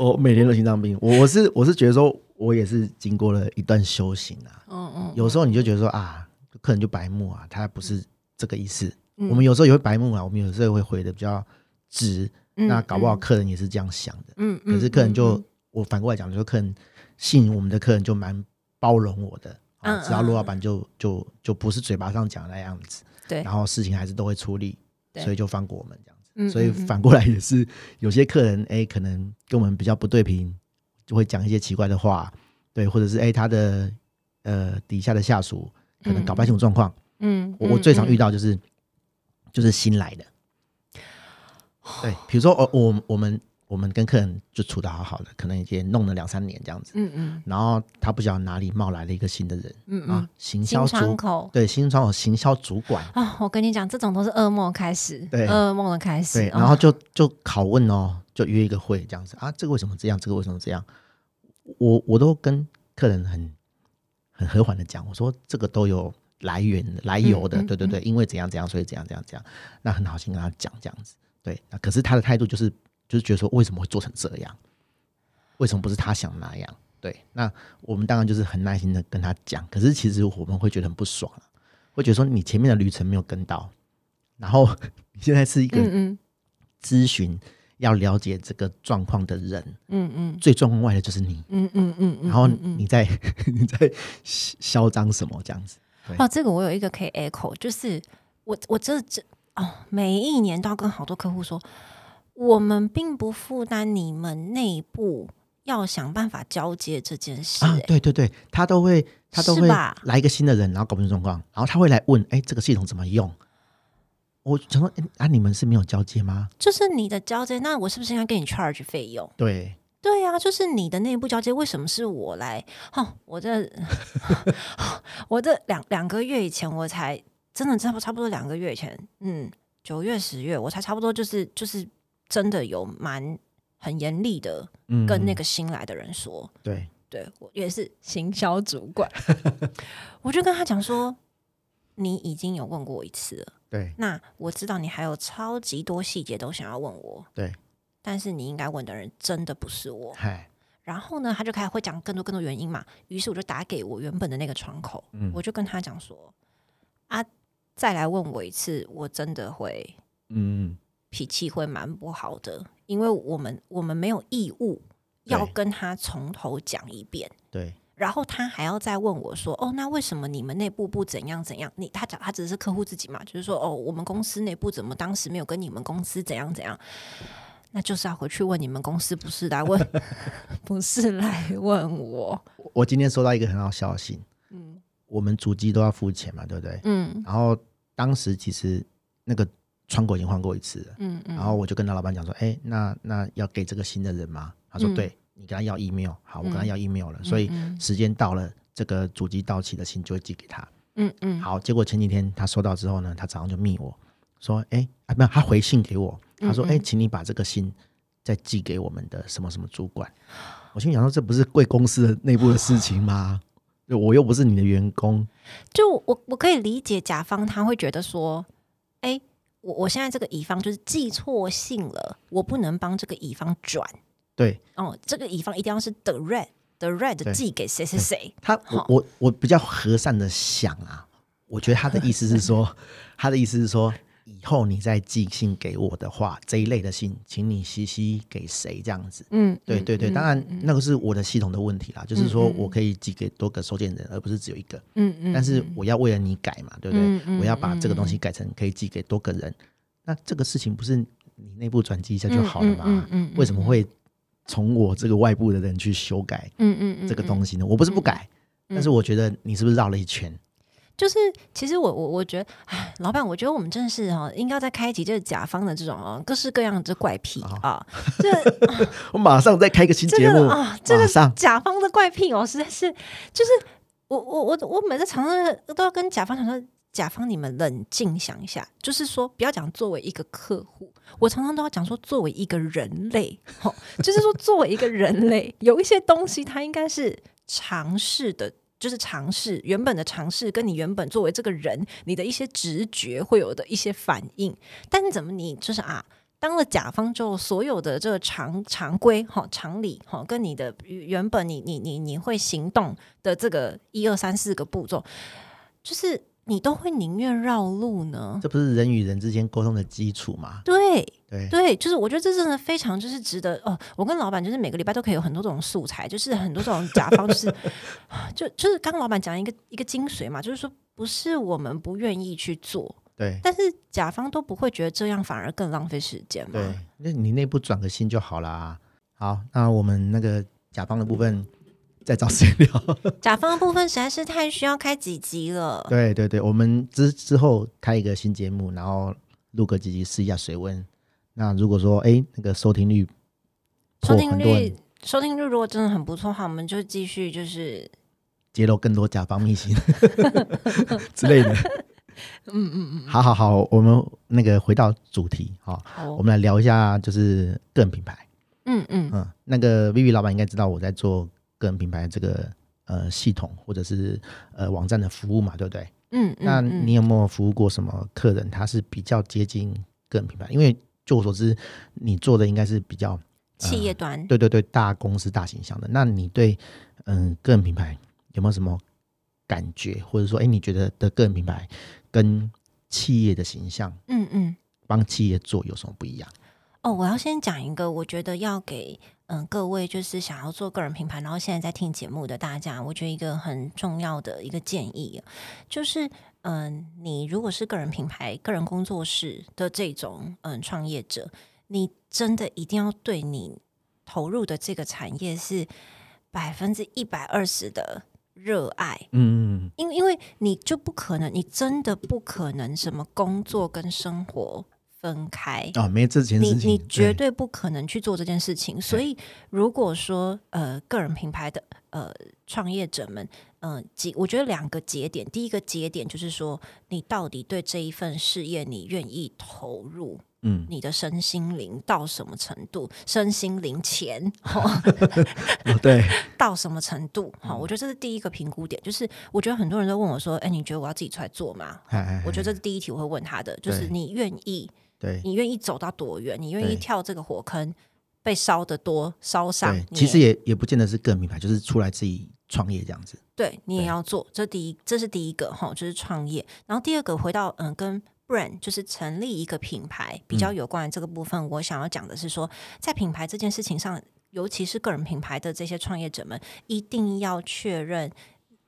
Speaker 1: 我每天都心脏病。我我是我是觉得说，我也是经过了一段修行啊。
Speaker 2: 嗯嗯，
Speaker 1: 有时候你就觉得说啊，客人就白目啊，他不是这个意思。
Speaker 2: 嗯
Speaker 1: 我们有时候也会白目啊，我们有时候也会回的比较直，
Speaker 2: 嗯
Speaker 1: 那搞不好
Speaker 2: 嗯
Speaker 1: 客人也是这样想的。
Speaker 2: 嗯，嗯
Speaker 1: 可是客人就、
Speaker 2: 嗯
Speaker 1: 我反过来讲，就是客人信我们的客人就蛮包容我的，啊
Speaker 2: 嗯，
Speaker 1: 只要
Speaker 2: 嗯
Speaker 1: 陆老板就就就不是嘴巴上讲的那样子，
Speaker 2: 对
Speaker 1: 然后事情还是都会处理，
Speaker 2: 对
Speaker 1: 所以就放过我们这样子。
Speaker 2: 嗯
Speaker 1: 所以
Speaker 2: 嗯嗯
Speaker 1: 反过来也是有些客人哎，可能跟我们比较不对频，就会讲一些奇怪的话，对，或者是哎他的呃底下的下属可能搞不太清楚状况。
Speaker 2: 嗯，
Speaker 1: 我我最常遇
Speaker 2: 到
Speaker 1: 到就是、就是新来的，对，比如说哦我我我们我们跟客人就处的好好的，可能已经弄了两三年这样子，
Speaker 2: 嗯嗯
Speaker 1: 然后他不晓得哪里冒来了一个新的人
Speaker 2: 嗯嗯
Speaker 1: 啊，行
Speaker 2: 新
Speaker 1: 销
Speaker 2: 窗
Speaker 1: 主
Speaker 2: 口
Speaker 1: 对新窗口行销主管
Speaker 2: 啊！我跟你讲，这种都是噩梦的开始，
Speaker 1: 对
Speaker 2: 噩梦的开始。
Speaker 1: 对，
Speaker 2: 哦
Speaker 1: 然后就就拷问哦，就约一个会这样子啊，这个为什么这样，这个为什么这样，我我都跟客人很很和缓的讲，我说这个都有来源的来由的，
Speaker 2: 嗯嗯
Speaker 1: 对对对，因为怎样怎样，所以怎样怎样怎样，那很好心跟他讲这样子，对，那可是他的态度就是就是觉得说为什么会做成这样，为什么不是他想那样？对，那我们当然就是很耐心的跟他讲，可是其实我们会觉得很不爽啊，会觉得说你前面的旅程没有跟到，然后 你现在是一个
Speaker 2: 嗯嗯
Speaker 1: 咨询要了解这个状况的人，
Speaker 2: 嗯嗯
Speaker 1: 最状况外的就是你，
Speaker 2: 嗯嗯嗯嗯，
Speaker 1: 然后
Speaker 2: 嗯嗯
Speaker 1: 你在、 你在嚣张什么这样子？
Speaker 2: 哦，这个我有一个可以 echo，就是我我这这哦，每一年都要跟好多客户说，我们并不负担你们内部要想办法交接这件事、
Speaker 1: 啊
Speaker 2: 欸，
Speaker 1: 对对对，他都会他都
Speaker 2: 是
Speaker 1: 会
Speaker 2: 吧
Speaker 1: 来一个新的人，然后搞不清楚状况，然后他会来问，哎，这个系统怎么用？我想说，哎啊，你们是没有交接吗？
Speaker 2: 就是你的交接，那我是不是应该给你 charge 费用？
Speaker 1: 对，
Speaker 2: 对啊，就是你的内部交接，为什么是我来？哦，我这哦我这两两个月以前我才真的差不差不多两个月以前，嗯，九月十月我才差不多就是就是真的有蛮很严厉的
Speaker 1: 嗯，
Speaker 2: 跟那个新来的人说，
Speaker 1: 对，
Speaker 2: 对我也是行销主 管，我就跟他讲说，你已经有问过我一次了，
Speaker 1: 对，
Speaker 2: 那我知道你还有超级多细节都想要问我，
Speaker 1: 对，
Speaker 2: 但是你应该问的人真的不是我。
Speaker 1: 嗨，
Speaker 2: 然后呢，他就开始会讲更多更多原因嘛，于是我就打给我原本的那个窗口，
Speaker 1: 嗯
Speaker 2: 我就跟他讲说，啊，再来问我一次，我真的会
Speaker 1: 嗯，
Speaker 2: 脾气会蛮不好的，因为我们我们没有义务要
Speaker 1: 对
Speaker 2: 跟他从头讲一遍。
Speaker 1: 对，
Speaker 2: 然后他还要再问我说：“哦，那为什么你们内部不怎样怎样？”你他讲他只是客户自己嘛，就是说哦，我们公司内部怎么当时没有跟你们公司怎样怎样？那就是要回去问你们公司，不是来问， 不是来问我。
Speaker 1: 我我今天收到一个很好消息，
Speaker 2: 嗯
Speaker 1: 我们主机都要付钱嘛，对不对？
Speaker 2: 嗯
Speaker 1: 然后当时其实那个窗口已经换过一次了，
Speaker 2: 嗯嗯，
Speaker 1: 然后我就跟他老板讲说，哎，那那要给这个新的人吗？他说，
Speaker 2: 嗯
Speaker 1: 对你跟他要 email，好，我跟他
Speaker 2: 嗯
Speaker 1: 要 email 了，所以
Speaker 2: 嗯
Speaker 1: 时间到了，这个主机到期的信就会寄给他。
Speaker 2: 嗯嗯，
Speaker 1: 好，结果前几天他收到之后呢，他早上就密我说，哎、啊没有，他回信给我，他说，
Speaker 2: 嗯嗯
Speaker 1: 哎、请你把这个信再寄给我们的什么什么主管。我心里想说，这不是贵公司的内部的事情吗？就我又不是你的员工，
Speaker 2: 就我我可以理解甲方他会觉得说，哎，我我现在这个乙方就是寄错信了，我不能帮这个乙方转
Speaker 1: 对
Speaker 2: 哦，这个乙方一定要是 the red the
Speaker 1: 对
Speaker 2: red 寄给谁谁谁。
Speaker 1: 他，
Speaker 2: 好
Speaker 1: 我我我比较和善的想啊，我觉得他的意思是说， 他的意思是说。以后你再寄信给我的话，这一类的信，请你 CC 给谁这样子？
Speaker 2: 嗯，
Speaker 1: 对对对，
Speaker 2: 嗯
Speaker 1: 当然那个是我的系统的问题啦，就是
Speaker 2: 嗯
Speaker 1: 说
Speaker 2: 嗯
Speaker 1: 我可以寄给多个收件人，而不是只有一个。
Speaker 2: 嗯嗯，
Speaker 1: 但是我要为了你改嘛，对不对？
Speaker 2: 嗯嗯
Speaker 1: 我要把这个东西改成可以寄给多个人。那这个事情不是你内部转寄一下就好了嘛？
Speaker 2: 嗯嗯嗯嗯嗯
Speaker 1: 为什么会从我这个外部的人去修改
Speaker 2: 嗯嗯嗯
Speaker 1: 这个
Speaker 2: 嗯
Speaker 1: 东西呢？我不是不改，但是我觉得你是不是绕了一圈？
Speaker 2: 就是其实我我我觉得，哎，老板，我觉得我们真的是哦，应该再开一集就是甲方的这种哦，各式各样的怪癖
Speaker 1: 好
Speaker 2: 啊，这
Speaker 1: 我马上再开一个新节
Speaker 2: 这
Speaker 1: 目
Speaker 2: 个啊，这个
Speaker 1: 哦马上
Speaker 2: 甲方的怪癖哦，实在是就是我我我我每次常常都要跟甲方讲说。甲方，你们冷静想一下，就是说，不要讲作为一个客户，我常常都要讲说，作为一个人类， 哦，就是说，作为一个人类，有一些东西它应该是尝试的，就是尝试原本的尝试，跟你原本作为这个人，你的一些直觉会有的一些反应，但是怎么你就是啊，当了甲方之后，所有的这个常常规哈、齁常理哈、齁跟你的原本你你你你会行动的这个一二三四个步骤，就是你都会宁愿绕路呢。
Speaker 1: 这不是人与人之间沟通的基础嘛？
Speaker 2: 对
Speaker 1: 对
Speaker 2: 对，就是我觉得这真的非常就是值得哦。我跟老板就是每个礼拜都可以有很多种素材，就是很多种甲方，就是 就就是刚刚老板讲一个一个精髓嘛，就是说不是我们不愿意去做，
Speaker 1: 对
Speaker 2: 但是甲方都不会觉得这样反而更浪费时间嘛。
Speaker 1: 对，那你内部转个新就好啦。好，那我们那个甲方的部分再找谁聊？
Speaker 2: 甲方的部分实在是太需要开几集了。
Speaker 1: 对对对，我们之之后开一个新节目，然后录个几集试一下水温。那如果说哎那个收听率
Speaker 2: 收
Speaker 1: 破
Speaker 2: 听
Speaker 1: 很多
Speaker 2: 率
Speaker 1: 人
Speaker 2: 收听率如果真的很不错的话，我们就继续就是
Speaker 1: 揭露更多甲方秘 辛之类的，
Speaker 2: 嗯嗯嗯，
Speaker 1: 好好好，我们那个回到主题哈、好
Speaker 2: 好
Speaker 1: 我，们来聊一下就是个人品牌。
Speaker 2: 嗯嗯
Speaker 1: 嗯，那个 Vivi 老板应该知道我在做个人品牌这个呃系统或者是呃网站的服务嘛，对不对？
Speaker 2: 嗯，嗯
Speaker 1: 那
Speaker 2: 嗯
Speaker 1: 你呃有没有服务过什么客人？他是比较接近个人品牌，因为就我所知，你做的应该是比较
Speaker 2: 企业端
Speaker 1: 对对对大公司大形象的。那你对嗯、个人品牌有没有什么感觉，或者说哎、诶你觉得的个人品牌跟企业的形象
Speaker 2: 嗯嗯
Speaker 1: 帮企业做有什么不一样？
Speaker 2: 哦，我要先讲一个，我觉得要给嗯、各位就是想要做个人品牌，然后现在在听节目的大家，我觉得一个很重要的一个建议啊就是。嗯，你如果是个人品牌、个人工作室的这种嗯创业者，你真的一定要对你投入的这个产业是百分之一百二十的热爱，
Speaker 3: 嗯，
Speaker 2: 因为因为你就不可能，你真的不可能什么工作跟生活分开。
Speaker 1: 哦，没这件
Speaker 2: 你
Speaker 1: 事情，
Speaker 2: 你绝对不可能去做这件事情。所以，如果说呃，个人品牌的呃创业者们，呃，几我觉得两个节点，第一个节点就是说，你到底对这一份事业你愿意投入，
Speaker 3: 嗯，
Speaker 2: 你的身心灵到什么程度，身心灵钱、哦、
Speaker 1: 对,、哦、 对
Speaker 2: 到什么程度，好、
Speaker 1: 嗯
Speaker 2: 我觉得这是第一个评估点。就是我觉得很多人都问我说，哎，你觉得我要自己出来做吗？
Speaker 1: 哎哎
Speaker 2: 我觉得
Speaker 1: 得
Speaker 2: 这是第一题我会问他的，就是
Speaker 1: 对
Speaker 2: 你愿意
Speaker 1: 对
Speaker 2: 你愿意走到多远？你愿
Speaker 1: 对
Speaker 2: 意跳这个火坑，被烧得多，烧伤
Speaker 1: 对，，
Speaker 2: 你
Speaker 1: 其实
Speaker 2: 也
Speaker 1: 也也不见得是个人品牌，就是出来自己创业这样子。
Speaker 2: 对你也
Speaker 1: 对
Speaker 2: 要做。这第一，这是第一个哈，就是创业。然后第二个，回到嗯，跟 brand 就是成立一个品牌比较有关的这个部分，我想要讲的是说，在品牌这件事情上，尤其是个人品牌的这些创业者们，一定要确认。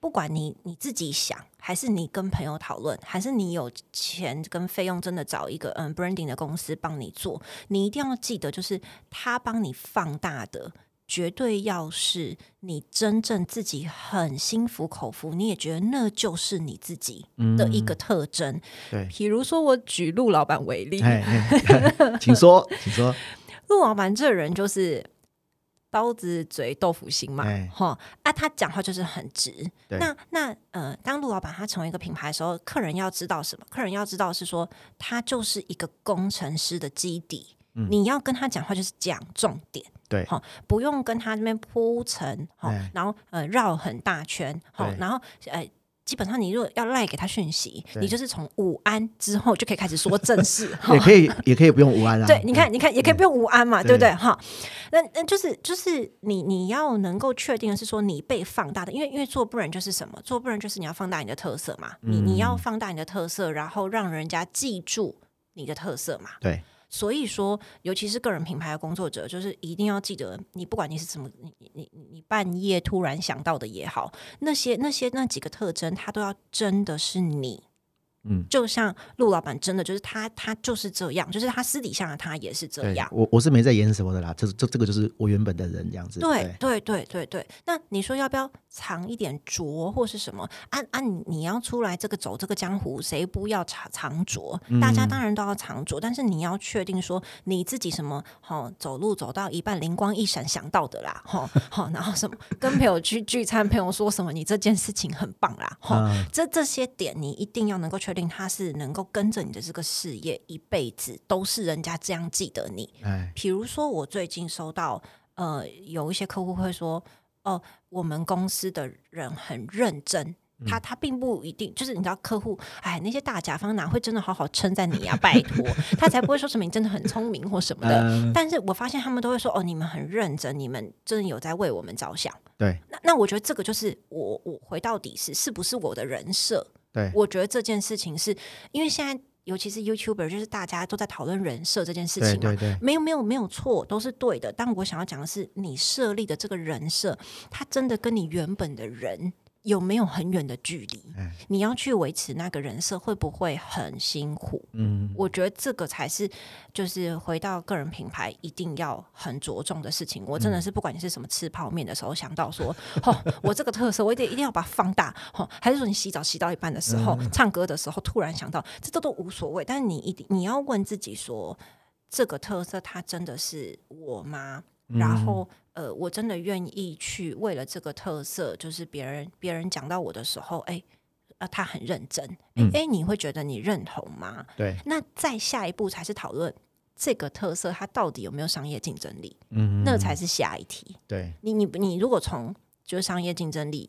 Speaker 2: 不管你你自己想，还是你跟朋友讨论，还是你有钱跟费用，真的找一个嗯 branding 的公司帮你做，你一定要记得，就是他帮你放大的，绝对要是你真正自己很心服口服，你也觉得那就是你自己的一个特征。
Speaker 1: 对，
Speaker 2: 比如说，我举陆老板为例，
Speaker 1: 哎，哎请说，请说。
Speaker 2: 陆老板这人就是刀子嘴豆腐心嘛
Speaker 1: 哎，
Speaker 2: 哈、啊，他讲话就是很直。
Speaker 1: 对
Speaker 2: 那那呃，当陆老板他成为一个品牌的时候，客人要知道什么？客人要知道是说他就是一个工程师的基底。你要跟他讲话就是讲重点，
Speaker 1: 对
Speaker 2: 好，不用跟他那边铺陈，好
Speaker 1: 哎，
Speaker 2: 然后呃绕很大圈，好
Speaker 1: 对，
Speaker 2: 然后呃。基本上，你如果要赖给他讯息，
Speaker 1: 对
Speaker 2: 你就是从午安之后就可以开始说 正事，哈
Speaker 1: 也可以，也可以不用 午安啊。
Speaker 2: 对，你看，你看，也可以不用午安嘛，对不
Speaker 1: 对
Speaker 2: 对？哈，那那就是就是你你要能够确定的是说你被放大的，因为因为做不然就是什么？做不然就是你要放大你的特色嘛，
Speaker 1: 嗯
Speaker 2: 你你要放大你的特色，然后让人家记住你的特色嘛。
Speaker 1: 对
Speaker 2: 所以说，尤其是个人品牌的工作者，就是一定要记得，你不管你是怎么，你你你你半夜突然想到的也好，那些那些那几个特征，它都要真的是你。
Speaker 3: 嗯，
Speaker 2: 就像陆老板真的就是他，他就是这样，就是他私底下的他也是这
Speaker 1: 对
Speaker 2: 样，。
Speaker 1: 我我是没在演什么的啦，这这这个就是我原本的人这样子。
Speaker 2: 对对对对对，那你说要不要藏一点拙或是什么？按、按、你要出来这个走这个江湖，谁不要藏藏拙？大家当然都要藏拙，但是你要确定说你自己什么好、齁走路走到一半灵光一闪想到的啦，好、好、然后什么跟朋友去聚餐，朋友说什么你这件事情很棒啦，哈、
Speaker 1: 嗯
Speaker 2: 这这些点你一定要能够确定它是能够跟着你的这个事业一辈子，都是人家这样记得你，
Speaker 1: 哎，
Speaker 2: 比如说，我最近收到呃，有一些客户会说，哦，我们公司的人很认真。
Speaker 1: 嗯
Speaker 2: 他他并不一定就是你知道客户，哎，那些大甲方哪会真的好好称赞你啊？拜托，他才不会说什么你真的很聪明或什么的。
Speaker 1: 嗯，
Speaker 2: 但是我发现他们都会说，哦，你们很认真，你们真的有在为我们着想。
Speaker 1: 对
Speaker 2: 那那我觉得这个就是我我回到底是是不是我的人设？
Speaker 1: 对
Speaker 2: 我觉得这件事情是因为现在尤其是 YouTuber，就是大家都在讨论人设这件事情啊
Speaker 1: 对
Speaker 2: 嘛。
Speaker 1: 对对，
Speaker 2: 没有没有没有错，都是对的。但我想要讲的是，你设立的这个人设，它真的跟你原本的人有没有很远的距离？
Speaker 1: 哎
Speaker 2: 你要去维持那个人设，会不会很辛苦？
Speaker 3: 嗯，
Speaker 2: 我觉得这个才是，就是回到个人品牌一定要很着重的事情。我
Speaker 3: 嗯
Speaker 2: 真的是不管你是什么吃泡面的时候，想到说，哦，我这个特色，我一定一定要把它放大。哦，还是说你洗澡洗到一半的时候，
Speaker 3: 嗯
Speaker 2: 唱歌的时候突然想到，这都都无所谓。但是你一定你要问自己说，这个特色它真的是我吗？然
Speaker 3: 嗯
Speaker 2: 后呃，我真的愿意去为了这个特色，就是别人别人讲到我的时候，哎。呃，他很认真，哎、
Speaker 3: 嗯
Speaker 2: 哎你会觉得你认同吗？
Speaker 1: 对
Speaker 2: 那再下一步才是讨论这个特色它到底有没有商业竞争力，
Speaker 3: 嗯
Speaker 2: 那才是下一题。
Speaker 1: 嗯对
Speaker 2: 你你你如果从就是商业竞争力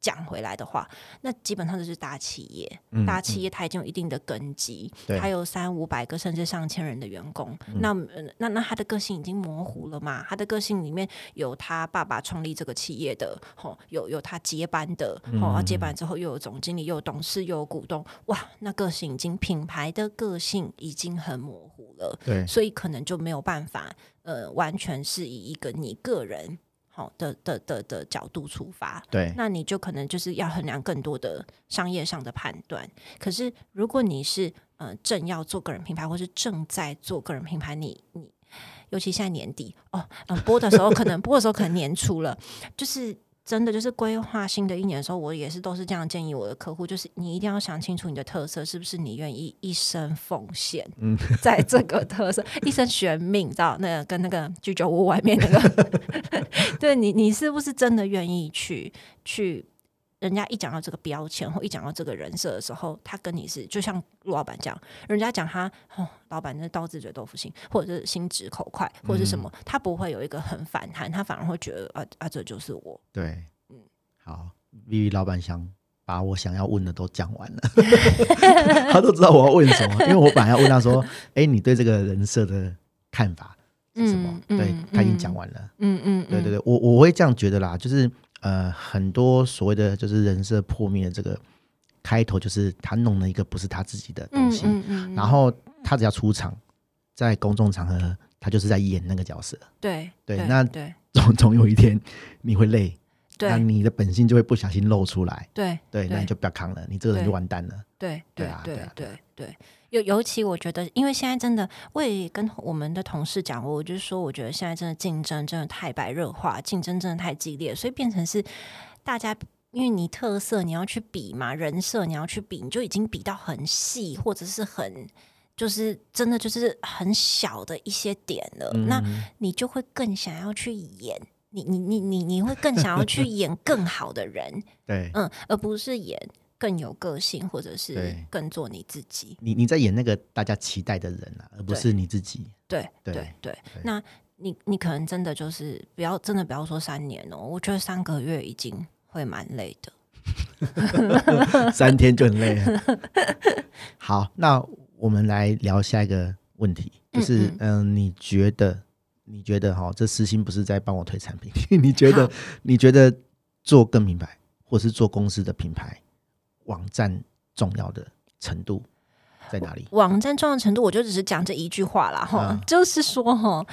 Speaker 2: 讲回来的话，那基本上就是大企业，
Speaker 3: 嗯
Speaker 2: 大企业它已经有一定的根基，
Speaker 1: 对
Speaker 2: 它有三五百个甚至上千人的员工，那呃那那他的个性已经模糊了嘛？他的个性里面有他爸爸创立这个企业的，吼、有有他接班的，吼、然后接班之后又有总经理，又有董事，又有股东，哇，那个性已经品牌的个性已经很模糊了。
Speaker 1: 对
Speaker 2: 所以可能就没有办法，呃，完全是以一个你个人好的的的的角度出发，
Speaker 1: 对
Speaker 2: 那你就可能就是要衡量更多的商业上的判断。可是如果你是呃正要做个人品牌，或是正在做个人品牌，你你尤其现在年底哦，嗯、播的时候可能播的时候可能年初了，就是真的就是规划新的一年的时候，我也是都是这样建议我的客户，就是你一定要想清楚你的特色是不是你愿意一生奉献，嗯，在这个特色 一生悬命，知道那个跟那个居酒屋外面那个， 对你你是不是真的愿意去去？人家一讲到这个标签或一讲到这个人设的时候，他跟你是就像陆老板讲，人家讲他哦，老板那刀子嘴豆腐心，或者是心直口快，或者是什
Speaker 1: 嗯
Speaker 2: 么，他不会有一个很反弹，他反而会觉得啊啊，这就是我。
Speaker 1: 对，嗯，好，Vivi 老板想把我想要问的都讲 完了，他都知道我要问什么，因为我本来要问他说，哎、你对这个人设的看法是什么？
Speaker 2: 嗯嗯
Speaker 1: 对，他已经讲完了。
Speaker 2: 嗯嗯，
Speaker 1: 对对对，我我会这样觉得啦，就是呃，很多所谓的就是人设破灭的这个开头，就是他弄了一个不是他自己的东
Speaker 2: 嗯
Speaker 1: 西，
Speaker 2: 嗯嗯，
Speaker 1: 然后他只要出场，在公众场合，他就是在演那个角色。
Speaker 2: 对
Speaker 1: 对那
Speaker 2: 对
Speaker 1: 总总有一天你会累，那
Speaker 2: 对
Speaker 1: 你的本性就会不小心露出来，
Speaker 2: 对
Speaker 1: 对，那你就不要扛了，你这个人
Speaker 2: 对
Speaker 1: 就完蛋了。
Speaker 2: 对
Speaker 1: 对
Speaker 2: 对
Speaker 1: 啊对
Speaker 2: 对
Speaker 1: 啊对
Speaker 2: 对对，尤尤其我觉得，因为现在真的，我也跟我们的同事讲过，我就说，我觉得现在真的竞争真的太白热化，竞争真的太激烈，所以变成是大家。因为你特色你要去比嘛，人设你要去比，你就已经比到很细，或者是很就是真的就是很小的一些点了。
Speaker 1: 嗯
Speaker 2: 那你就会更想要去演，你你你你你会更想 要去演更好的人，
Speaker 1: 对，
Speaker 2: 嗯，而不是演更有个性，或者是
Speaker 1: 对
Speaker 2: 更做你自己。
Speaker 1: 你你在演那个大家期待的人啊，而不
Speaker 2: 对
Speaker 1: 是你自己。
Speaker 2: 对
Speaker 1: 对
Speaker 2: 对对，那你你可能真的就是不要真的不要说三年哦，我觉得三个月已经会蛮累的。
Speaker 1: 三天就很累了。好，那我们来聊下一个问题，就是
Speaker 2: 嗯
Speaker 1: 嗯、你觉得你觉得哈，这私心不是在帮我推产 品？你觉得
Speaker 2: 好
Speaker 1: 你觉得做个品牌，或是做公司的品牌网站重要的程度在哪里？
Speaker 2: 网站重要程度，我就只是讲这一句话啦，哈、
Speaker 1: 嗯
Speaker 2: 就是说哈。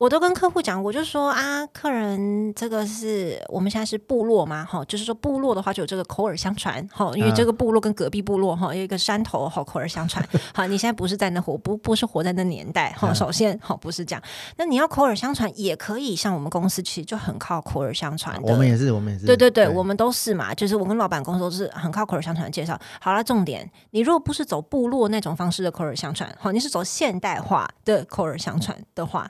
Speaker 2: 我都跟客户讲，我就说啊，客人这个是我们现在是部落嘛，哈，就是说部落的话就有这个口耳相传，哈，因为
Speaker 1: 嗯
Speaker 2: 这个部落跟隔壁部落哈有一个山头，哈，口耳 相传，好，你现在不是在那活不不是活在那年代，哈，
Speaker 1: 嗯
Speaker 2: 首先好不是这样，那你要口耳相传也可以，像我们公司其实就很靠口耳相传的，
Speaker 1: 我们也是，我们也是。
Speaker 2: 对对对，我们都是嘛，就是我跟老板公司都是很靠口耳相传的介绍。好了，重点，你如果不是走部落那种方式的口耳相传，好，你是走现代化的口耳相传的话，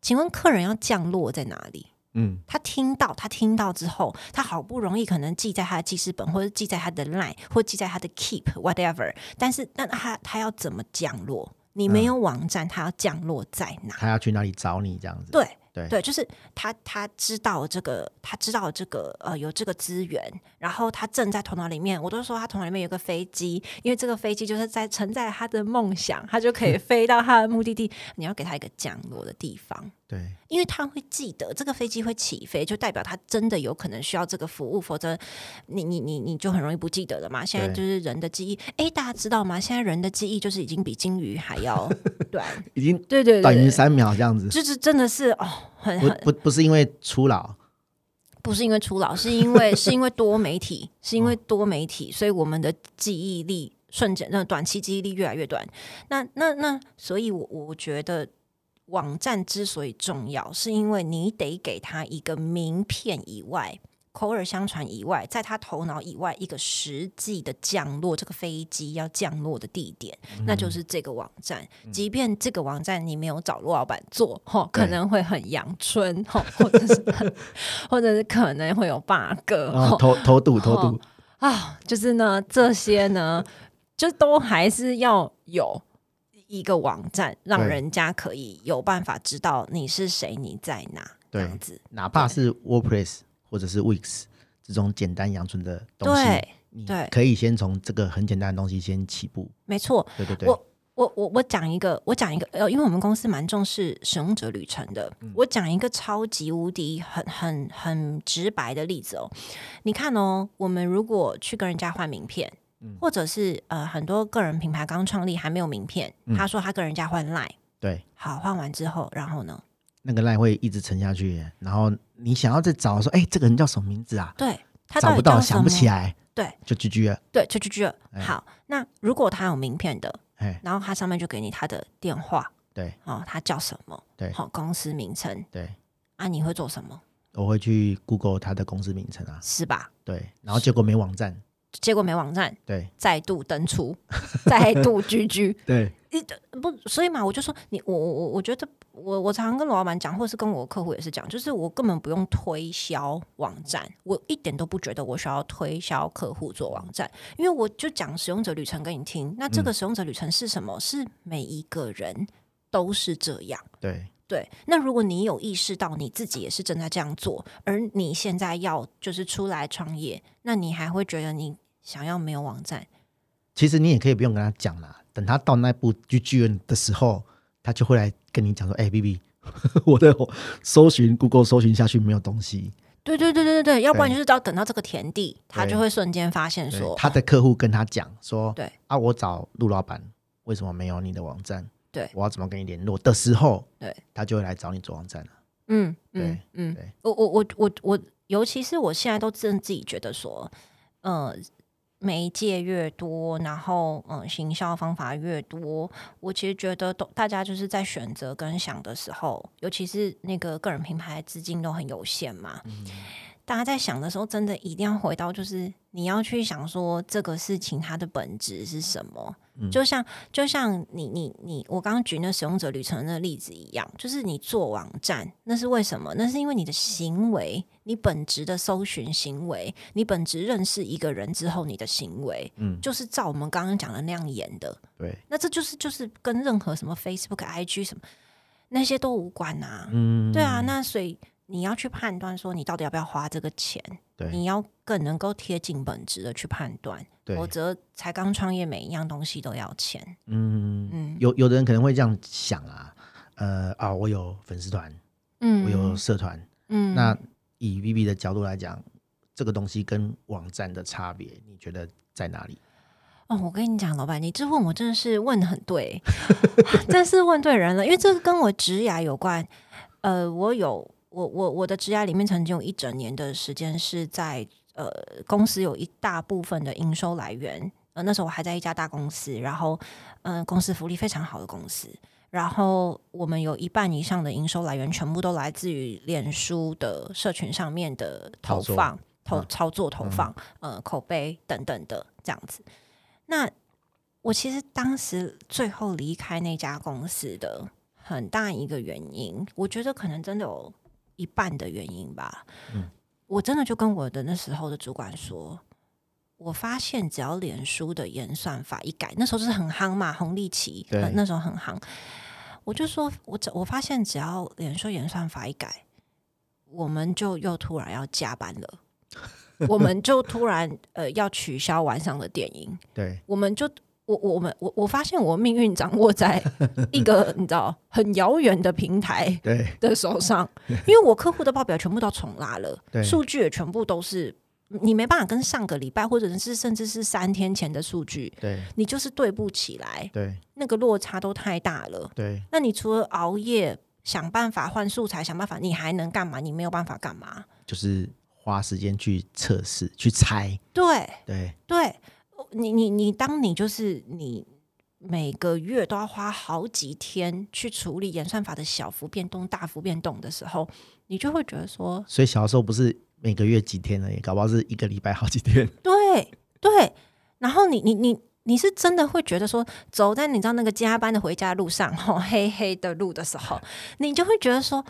Speaker 2: 请问客人要降落在哪里？
Speaker 1: 嗯，
Speaker 2: 他听到，他听到之后，他好不容易可能记在他的记事本，或者记在他的 Line，或记在他的 Keep whatever，但是那他他要怎么降落？你没有网站，他要降落在哪？
Speaker 1: 他要去哪里找你这样子？
Speaker 2: 对
Speaker 1: 对
Speaker 2: 对，就是他他知道这个，他知道这个呃有这个资源，然后他正在头脑里面，我都说他头脑里面有个飞机，因为这个飞机就是在承载他的梦想，他就 可以飞到他的目的地。你要给他一个降落的地方。
Speaker 1: 对
Speaker 2: 因为他会记得这个飞机会起飞，就代表他真的有可能需要这个服务，否则你你你你就很容易不记得了嘛。现在
Speaker 1: 对
Speaker 2: 就是人的记忆，诶，大家知道吗？现在人的记忆就是已经比金鱼还 要短，
Speaker 1: 已经
Speaker 2: 对对对，
Speaker 1: 短于
Speaker 2: 对
Speaker 1: 三秒这样子，
Speaker 2: 就是真的是哦，很
Speaker 1: 不
Speaker 2: 很
Speaker 1: 不不是因为初 老，
Speaker 2: 不是因为初老， 是因为是因为多媒体，是因为多媒体，所以我们的记忆力瞬间，那短期记忆力越来越短。那那那，所以我我觉得网站之所以重要，是因为你得给他一个名片以外。口耳相传以外，在他头脑以外，一个实际的降落，这个飞机要降落的地点，那就是这个网站。即便这个网站你没有找陆老板做，哈、可
Speaker 1: 对
Speaker 2: 能会很阳春， 哈、或者是很或者是可能会有 bug
Speaker 1: 啊，
Speaker 2: 哦
Speaker 1: 偷偷渡偷渡，
Speaker 2: 啊，就是呢，这些呢，就都还是要有一个网站，让
Speaker 1: 对
Speaker 2: 人家可以有办法知道你是谁，你在哪，这
Speaker 1: 对
Speaker 2: 样子。
Speaker 1: 哪怕是 WordPress 或者是 Wix 这种简单阳春的东西，
Speaker 2: 对，
Speaker 1: 你
Speaker 2: 对
Speaker 1: 可以先从这个很简单的东西先起步。
Speaker 2: 没错。
Speaker 1: 对对对，
Speaker 2: 我我我我讲一个，我讲一个，呃，因为我们公司蛮重视使用者旅程的。
Speaker 1: 嗯
Speaker 2: 我讲一个超级无敌很很很直白的例子哦，你看哦，我们如果去跟人家换名片，
Speaker 1: 嗯
Speaker 2: 或者是呃很多个人品牌刚创立还没有名片，
Speaker 1: 嗯
Speaker 2: 他说他跟人家换 Line，
Speaker 1: 对
Speaker 2: 好换完之后，然后呢？
Speaker 1: 那个赖会一直沉下去耶，然后你想要再找说，哎，这个人叫什么名字啊？
Speaker 2: 对他
Speaker 1: 找不
Speaker 2: 到
Speaker 1: 到，
Speaker 2: 底叫
Speaker 1: 想不
Speaker 2: 什么
Speaker 1: 起来，哎
Speaker 2: 对
Speaker 1: 就 GG 了。
Speaker 2: 对，就就就好。那如果他有名片的，
Speaker 1: 哎，
Speaker 2: 然后他上面就给你他的电话，
Speaker 1: 对
Speaker 2: 哦，它叫什么？
Speaker 1: 对
Speaker 2: 好、公司名称
Speaker 1: 对，
Speaker 2: 啊，你会做什么？
Speaker 1: 我会去 Google 它的公司名称啊，
Speaker 2: 是吧？
Speaker 1: 对，然后结果没网站，
Speaker 2: 结果没网站，
Speaker 1: 对
Speaker 2: 再度登出， 再度居居。
Speaker 1: 对
Speaker 2: 你不，所以嘛，我就说你，我我我我觉得，我我常常跟罗老板讲，或者是跟我客户也是讲，就是我根本不用推销网站，我一点都不觉得我需要推销客户做网站，因为我就讲使用者旅程给你听。那这个使用者旅程是什么？是每一个人都是这样。
Speaker 1: 对
Speaker 2: 对，那如果你有意识到你自己也是正在这样做，而你现在要就是出来创业，那你还会觉得你想要没有网站？
Speaker 1: 其实你也可以不用跟他讲啦，等他到那步 GGN 的时候，他就会来跟你讲说：“哎、b B，我 的搜寻 Google 搜寻下去没有东西。
Speaker 2: 对对对对对对，要不然就是到等到这个田地，他
Speaker 1: 对
Speaker 2: 就会瞬间发现
Speaker 1: 对
Speaker 2: 说，
Speaker 1: 他的客户跟他讲说：“
Speaker 2: 对
Speaker 1: 啊，我找陆老板，为什么没有你的网站？
Speaker 2: 对
Speaker 1: 我要怎么跟你联络？”的时候，
Speaker 2: 对，
Speaker 1: 他就会来找你做网站了。
Speaker 2: 嗯嗯
Speaker 1: 对
Speaker 2: 嗯
Speaker 1: 对，
Speaker 2: 我我我我我，尤其是我现在都真的自己觉得说，呃，媒介越多，然后嗯、呃行销方法越多，我其实觉得都大家就是在选择跟想的时候，尤其是那个个人品牌资金都很有限嘛，
Speaker 1: 嗯
Speaker 2: 大家在想的时候，真的一定要回到就是你要去想说这个事情它的本质是什么。
Speaker 1: 嗯
Speaker 2: 就像就像你你你，我刚刚举那使用者旅程的例子一样，就是你做网站，那是为什么？那是因为你的行为，你本质的搜寻行为，你本质认识一个人之后，你的行为，
Speaker 1: 嗯
Speaker 2: 就是照我们刚刚讲的那样演的。
Speaker 1: 对，
Speaker 2: 那这就是就是跟任何什么 Facebook、IG 什么那些都无关啊。
Speaker 1: 嗯，
Speaker 2: 对啊，那所以你要去判断说你到底要不要花这个钱，
Speaker 1: 对
Speaker 2: 你要更能够贴近本质的去判断，
Speaker 1: 对，
Speaker 2: 否则才刚创业，每一样东西都要钱。
Speaker 1: 嗯，
Speaker 2: 嗯
Speaker 1: 有有的人可能会这样想啊，呃啊，我有粉丝团，
Speaker 2: 嗯
Speaker 1: 我有社团，
Speaker 2: 嗯
Speaker 1: 那以 B B 的角度来讲，这个东西跟网站的差别，你觉得在哪里？
Speaker 2: 哦，我跟你讲，老板，你这问我真的是问的很对， 真是问对人了，因为这个跟我职涯有关。呃，我有我我我的职涯里面曾经有一整年的时间是在呃公司有一大部分的营收来源。呃，那时候我还在一家大公司，然后嗯、呃公司福利非常好的公司。然后我们有一半以上的营收来源全部都来自于脸书的社群上面的投
Speaker 1: 操作
Speaker 2: 放、投
Speaker 1: 嗯
Speaker 2: 操作、投
Speaker 1: 嗯
Speaker 2: 放、呃口碑等等的这样子。那我其实当时最后离开那家公司的很大一个原因，我觉得可能真的有一半的原因吧。
Speaker 1: 嗯
Speaker 2: 我真的就跟我的那时候的主管说，我发现只要脸书的演算法一改，那时候就是很夯嘛，红利期，
Speaker 1: 对
Speaker 2: 呃那时候很夯。我就说，我只我发现只要脸书演算法一改，我们就又突然要加班了，我们就突然呃要取消晚上的电影，
Speaker 1: 对
Speaker 2: 我们就我我我们我我发现我命运掌 握在一个你知道很遥远的平台
Speaker 1: 对
Speaker 2: 的手上，因为我客户的报表全部都重拉了，
Speaker 1: 对
Speaker 2: 数据也全部都是你没办法跟上个礼拜或者是甚至是三天前的数据，
Speaker 1: 对
Speaker 2: 你就是对不起来，
Speaker 1: 对
Speaker 2: 那个落差都太大了。
Speaker 1: 对
Speaker 2: 那你除了熬夜想办法换素材，想办法，你还能干嘛？你没有办法干嘛？
Speaker 1: 就是花时间去测试、去猜，
Speaker 2: 对，
Speaker 1: 对
Speaker 2: 对，你你你，当你就是你每个月都要花好几天去处理演算法的小幅变动、大幅变动的时候，你就会觉得说，
Speaker 1: 所以小时候不是每个月几天而已，搞不好是一个礼拜好几天。
Speaker 2: 对对，然后你你你。你是真的会觉得说，走在你知道那个加班的回家路上，吼黑黑的路的时候，你就会觉得说，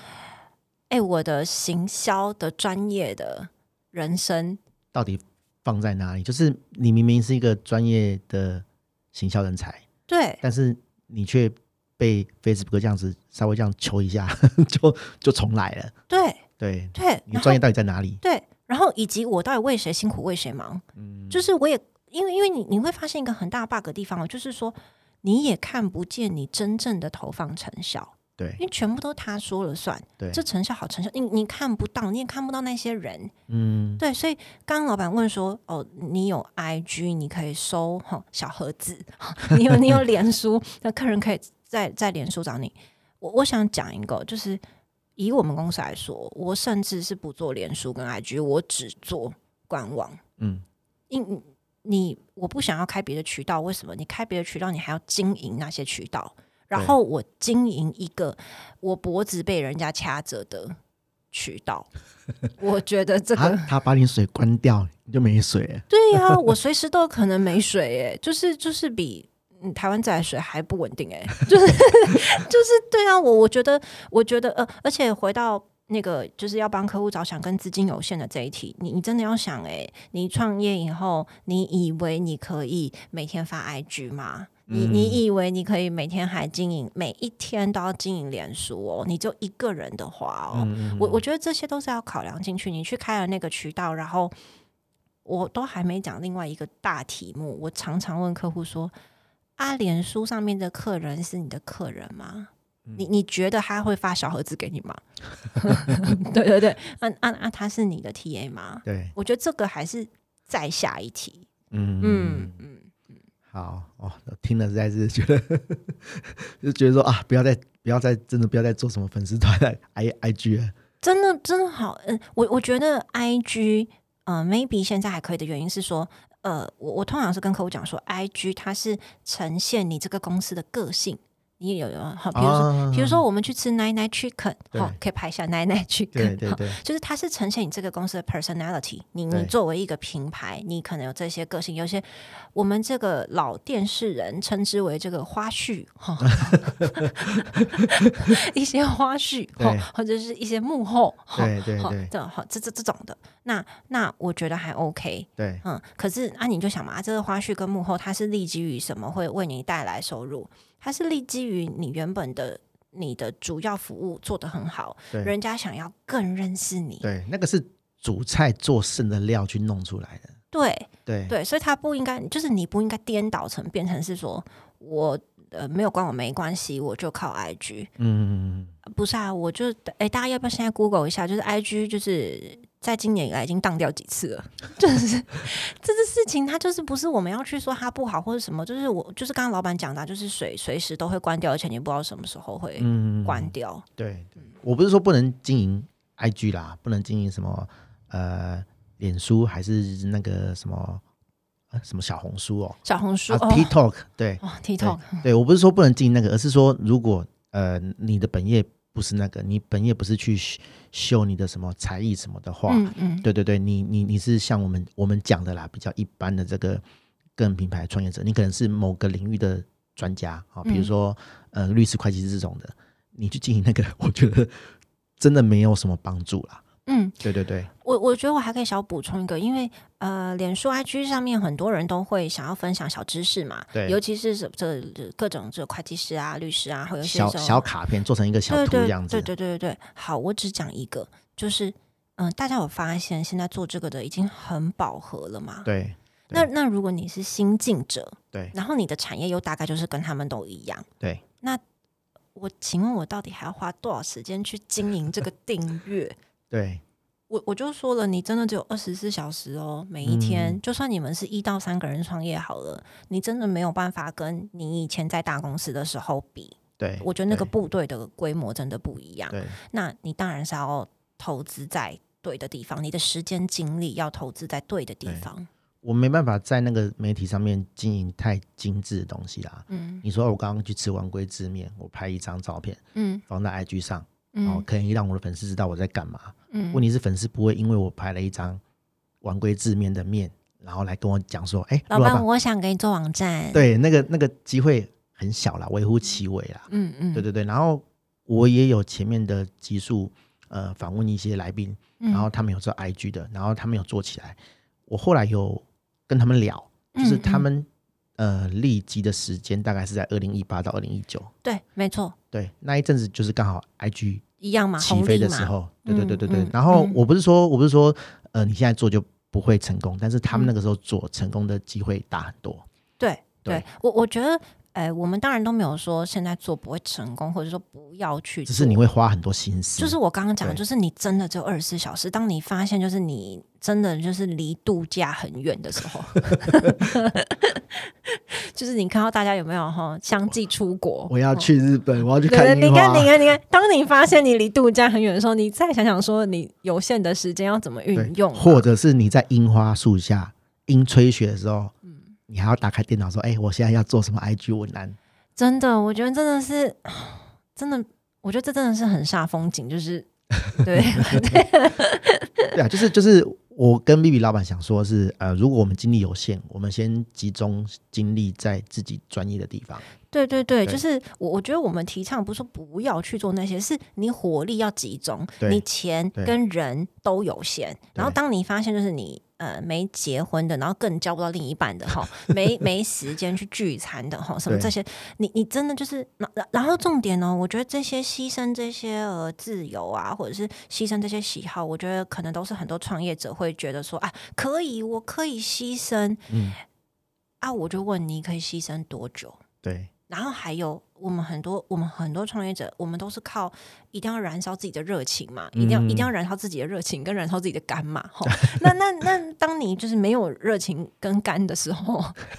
Speaker 2: 哎、我的行销的专业的人生
Speaker 1: 到底放在哪里？就是你明明是一个专业的行销人才，
Speaker 2: 对
Speaker 1: 但是你却被 Facebook 这样子稍微这样求一下， 就就重来了。
Speaker 2: 对
Speaker 1: 对，
Speaker 2: 对，
Speaker 1: 你
Speaker 2: 然
Speaker 1: 的
Speaker 2: 后
Speaker 1: 专业到底在哪里？
Speaker 2: 对，然后以及我到底为谁辛苦为谁忙，就是我也因为因为你你会发现一个很大 bug 的地方哦，就是说你也看不见你真正的投放成效，
Speaker 1: 对
Speaker 2: 因为全部都他说了算，
Speaker 1: 对，
Speaker 2: 这成效好成效，你你看不到，你也看不到那些人，
Speaker 1: 嗯，
Speaker 2: 对，所以刚刚老板问说，哦，你有 IG，你可以收哈、小盒子， 你有你有脸书，那客人可以在在脸书找你。我我想讲一个，就是以我们公司来说，我甚至是不做脸书跟 IG，我只做官网。
Speaker 1: 嗯，
Speaker 2: 因你我不想要开别的渠道，为什么？你开别的渠道，你还要经营那些渠道，然后我经营一个我脖子被人家掐着的渠道，我觉得这
Speaker 1: 他
Speaker 2: 个
Speaker 1: 他把你水关掉，你就没水了。
Speaker 2: 对呀、我随时都有可能没水哎、就是就是比。嗯，台湾自来水还不稳定哎、 就是就是对啊，我我觉得我觉得呃，而且回到那个就是要帮客户着想跟资金有限的这一题，你你真的要想哎、你创业以后，你以为你可以每天发 IG 吗？你你以为你可以每天还经营，每一天都要经营脸书哦？你就一个人的话哦，我我觉得这些都是要考量进去。你去开了那个渠道，然后我都还没讲另外一个大题目，我常常问客户说：“啊，脸书上面的客人是你的客人吗？”你你觉得他会发小盒子给你吗？ 对对对，啊啊啊，他是你的 TA 吗？
Speaker 1: 对，
Speaker 2: 我觉得这个还是再下一题。
Speaker 1: 嗯
Speaker 2: 嗯嗯，
Speaker 1: 好哦，听了实在是觉得 就觉得说啊，不要再不要再真的不要再做什么粉丝团了 i i g 了。
Speaker 2: 真的真的好，嗯、我我觉得 I G，呃，maybe 现在还可以的原因是说，呃，我我通常是跟客户讲说，I G 它是呈现你这个公司的个性，你有有好，比如说，
Speaker 1: 啊
Speaker 2: 比如说我们去吃奶奶 chicken，
Speaker 1: 对
Speaker 2: 好、可以拍下奶奶 chicken，
Speaker 1: 对对
Speaker 2: 好
Speaker 1: 对，
Speaker 2: 就是它是呈现你这个公司的 personality 你。你
Speaker 1: 对
Speaker 2: 作为一个品牌，你可能有这些个性，有些我们这个老电视人称之为这个花絮哈， 一些花絮哈
Speaker 1: 对，
Speaker 2: 或者是一些幕后哈，
Speaker 1: 对对
Speaker 2: 哈
Speaker 1: 对
Speaker 2: 这哈这这这种的，那那我觉得还 OK。
Speaker 1: 对，
Speaker 2: 嗯，可是啊，你就想嘛，啊这个花絮跟幕后，它是立基于什么会为你带来收入？它是立基于你原本的你的主要服务做得很好，
Speaker 1: 对
Speaker 2: 人家想要更认识你，
Speaker 1: 对，那个是煮菜做剩的料去弄出来的。
Speaker 2: 对
Speaker 1: 对
Speaker 2: 对，所以他不应该，就是你不应该颠倒成变成是说我呃没有关我没关系，我就靠 IG，
Speaker 1: 嗯，
Speaker 2: 呃不是啊，我就哎、诶大家要不要现在 Google 一下，就是 IG 就是。在今年以来已经当掉几次 了，就是这个事情，它就是不是我们要去说它不好或者什么，就是我就是刚刚老板讲的啊、就是随随时都会关掉，而且你不知道什么时候会
Speaker 1: 嗯
Speaker 2: 关掉。
Speaker 1: 对，对我不是说不能经营 IG 啦，不能经营什么呃，脸书还是那个什么、呃什么小红书哦，
Speaker 2: 小红书
Speaker 1: 啊哎
Speaker 2: 哦
Speaker 1: TikTok，对
Speaker 2: 哦 TikTok
Speaker 1: 对，我不是说不能经营那个，而是说如果呃你的本业不是那个，你本业不是去秀秀你的什么才艺什么的话，
Speaker 2: 嗯嗯，
Speaker 1: 对对对，你你你是像我们我们讲的啦，比较一般的这个个人品牌创业者，你可能是某个领域的专家啊，比如
Speaker 2: 嗯
Speaker 1: 说、呃律师、会计师这种的，你去经营那个，我觉得真的没有什么帮助啦。
Speaker 2: 嗯，
Speaker 1: 对对对，
Speaker 2: 我我觉得我还可以小补充一个，因为呃，脸书 IG 上面很多人都会想要分享小知识嘛，
Speaker 1: 对
Speaker 2: 尤其是这这这各种这会计师啊、律师啊，会有一些
Speaker 1: 小
Speaker 2: 这种
Speaker 1: 小卡片做成一个小
Speaker 2: 对
Speaker 1: 图
Speaker 2: 对
Speaker 1: 这样子，
Speaker 2: 对对对对对，好，我只讲一个，就是嗯、呃大家有发现现在做这个的已经很饱和了嘛？
Speaker 1: 对
Speaker 2: 那那如果你是新进者，
Speaker 1: 对
Speaker 2: 然后你的产业又大概就是跟他们都一样，
Speaker 1: 对
Speaker 2: 那我请问我到底还要花多少时间去经营这个订阅？
Speaker 1: 对
Speaker 2: 我我就说了，你真的只有二十四小时哦，每一天，
Speaker 1: 嗯
Speaker 2: 就算你们是一到三个人创业好了，你真的没有办法跟你以前在大公司的时候比。
Speaker 1: 对，
Speaker 2: 我觉得那个
Speaker 1: 对
Speaker 2: 部队的规模真的不一样。
Speaker 1: 对
Speaker 2: 那你当然是要投资在对的地方，你的时间精力要投资在对的地
Speaker 1: 对
Speaker 2: 方。
Speaker 1: 我没办法在那个媒体上面经营太精致的东西啦。
Speaker 2: 嗯
Speaker 1: 你说哦我刚刚去吃完龟之面，我拍一张照片
Speaker 2: 嗯
Speaker 1: 放在 IG 上，哦
Speaker 2: 嗯，
Speaker 1: 可以让我的粉丝知道我在干嘛。
Speaker 2: 嗯
Speaker 1: 问题是粉丝不会因为我拍了一张晚归字面的面，然后来跟我讲说，哎、陆
Speaker 2: 老
Speaker 1: 老
Speaker 2: 板，
Speaker 1: 板，
Speaker 2: 我想给你做网站。，
Speaker 1: 对，那个那个机会很小啦，微乎其微啦。
Speaker 2: 嗯嗯，
Speaker 1: 对对对，然后我也有前面的集数，呃，访问一些来宾，
Speaker 2: 嗯，
Speaker 1: 然后他们有做 IG 的，然后他们有做起来。我后来有跟他们聊，就是
Speaker 2: 嗯
Speaker 1: 他
Speaker 2: 嗯
Speaker 1: 们、呃立即的时间大概是在二零一八到二零一九，
Speaker 2: 对，没错，
Speaker 1: 对，那一阵子就是刚好 IG
Speaker 2: 一样嘛，
Speaker 1: 起
Speaker 2: 啊红
Speaker 1: 飞
Speaker 2: 利
Speaker 1: 的
Speaker 2: 嘛
Speaker 1: 时，候，对对对对对。
Speaker 2: 嗯嗯
Speaker 1: 然后
Speaker 2: 嗯
Speaker 1: 我不是说我不是说呃你现在做就不会成功，但是他们
Speaker 2: 嗯
Speaker 1: 那个时候做成功的机会大很多。
Speaker 2: 对对
Speaker 1: 对，
Speaker 2: 我我觉得，哎，我们当然都没有说现在做不会成功，或者说不要去
Speaker 1: 只
Speaker 2: 做，
Speaker 1: 是你会花很多心思，
Speaker 2: 就是我刚刚讲的，
Speaker 1: 对
Speaker 2: 就是你真的只有二十四小时。当你发现就是你真的就是离度假很远的时 候，就是你看到大家有没有哈相继出国，
Speaker 1: 我要
Speaker 2: 哦。
Speaker 1: 去日本，我要去
Speaker 2: 对对，
Speaker 1: 看
Speaker 2: 你
Speaker 1: 樱
Speaker 2: 看，
Speaker 1: 花
Speaker 2: 你。看，你看，当你发现你离度假很远的时候，你再想想说，你有限的时间要怎么运用啊嘛，
Speaker 1: 或者是你在樱花树
Speaker 2: 嗯
Speaker 1: 下，樱吹雪的时候，你还要打开电脑说：“哎，我现在要做什么 IG 文案
Speaker 2: 真的，我觉得真的是，真的，我觉得这真的是很煞风景，就是 对
Speaker 1: 对啊，就是就是我跟 B B 老板想说是，呃，如果我们精力有限，我们先集中精力在自己专业的地方。
Speaker 2: 对对对，
Speaker 1: 对
Speaker 2: 就是我我觉得我们提倡不是说不要去做那些，是你火力要集中，
Speaker 1: 对
Speaker 2: 你钱
Speaker 1: 对
Speaker 2: 跟人都有限。然后当你发现就是你呃没结婚的，然后更交不到另一半的哈，没没时间去聚餐的哈，什么
Speaker 1: 对
Speaker 2: 这些，你你真的就是，然然然后重点哦呢、我觉得这些牺牲这些呃自由啊，或者是牺牲这些喜好，我觉得可能都是很多创业者会觉得说啊，可以，我可以牺牲
Speaker 1: 嗯，
Speaker 2: 啊，我就问你可以牺牲多久？
Speaker 1: 对
Speaker 2: 然后还有我们很多我们很多创业者，我们都是靠一定要燃烧自己的热情嘛，一定要、
Speaker 1: 嗯
Speaker 2: 一定要燃烧自己的热情跟燃烧自己的肝嘛，吼。那那那，当你就是没有热情跟肝的时候，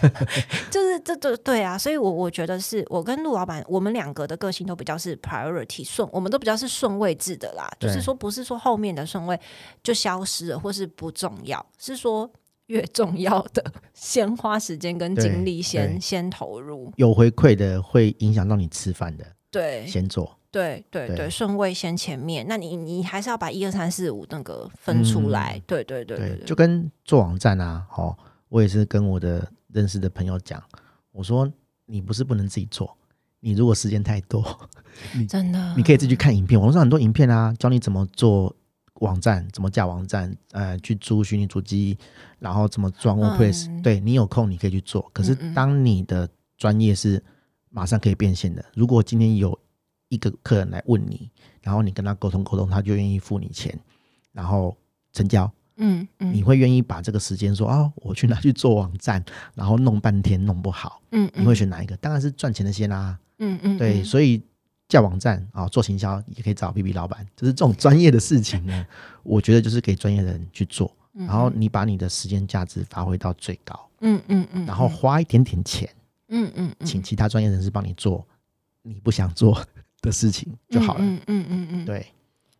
Speaker 2: 就是这这对啊，所以我我觉得是我跟陆老板，我们两个的个性都比较是 priority 顺，我们都比较是顺位制的啦，就
Speaker 1: 对
Speaker 2: 是说不是说后面的顺位就消失了或是不重要，是说。越重要的， 先花时间跟
Speaker 1: 对
Speaker 2: 精力先
Speaker 1: 对
Speaker 2: 先投入。
Speaker 1: 有回馈的会影响到你吃饭的，
Speaker 2: 对
Speaker 1: 先做。
Speaker 2: 对对
Speaker 1: 对
Speaker 2: 对，顺位先前面，那你你还是要把一二三四五那个分出来。对对对对
Speaker 1: 嗯对，
Speaker 2: 对，
Speaker 1: 就跟做网站啊，哦，我也是跟我的认识的朋友讲，我说你不是不能自己做，你如果时间太多，
Speaker 2: 真的
Speaker 1: 你可以自己去看影片，网络上很多影片啊，教你怎么做网站，怎么架网站，呃，去租虚拟主机，然后怎么装 WordPress，、
Speaker 2: 嗯
Speaker 1: 对你有空你可以去做。可是
Speaker 2: 嗯嗯
Speaker 1: 当你的专业是马上可以变现的，如果今天有一个客人来问你，然后你跟他沟通沟通，他就愿意付你钱，然后成交，
Speaker 2: 嗯嗯，
Speaker 1: 你会愿意把这个时间说啊，我去拿去做网站，然后弄半天弄不好，
Speaker 2: 嗯
Speaker 1: 你会选哪一个？当然是赚钱的先啦、啊
Speaker 2: 嗯嗯
Speaker 1: 对，所以架网站啊、做行销也可以找 B B 老板，就是这种专业的事情 呢，我觉得就是给专业的人去做，
Speaker 2: 以
Speaker 1: 然后你把你的时间价值发挥到最高，
Speaker 2: 嗯嗯嗯，
Speaker 1: 然后花一点点钱，
Speaker 2: 嗯嗯嗯，
Speaker 1: 请其他专业人士帮你做你不想做的事情就好了。
Speaker 2: 嗯嗯嗯嗯，
Speaker 1: 对，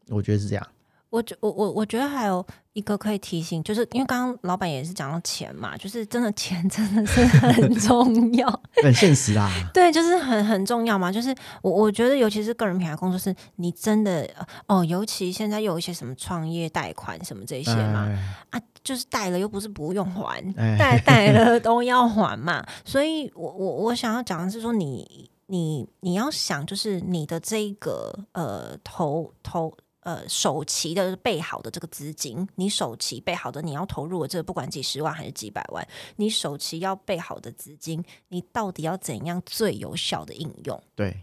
Speaker 1: 我觉得是这样。
Speaker 2: 我觉我我我觉得还有一个可以提醒，就是因为刚刚老板也是讲到钱嘛，就是真的钱真的是很 重要，
Speaker 1: 很现实啊啦，
Speaker 2: 对，就是很很重要嘛。就是我我觉得，尤其是个人品牌工作室，你真的哦，尤其现在又有一些什么创业贷款什么这些嘛，
Speaker 1: 哎
Speaker 2: 啊，就是贷了又不是不用还，
Speaker 1: 哎
Speaker 2: 贷贷了都要还嘛。所以我我我想要讲的是说你，你你要想，就是你的这一个呃投投。呃，首期的备好的这个资金，你首期备好的，你要投入的这个，不管几十万还是几百万，你首期要备好的资金，你到底要怎样最有效的应用？
Speaker 1: 对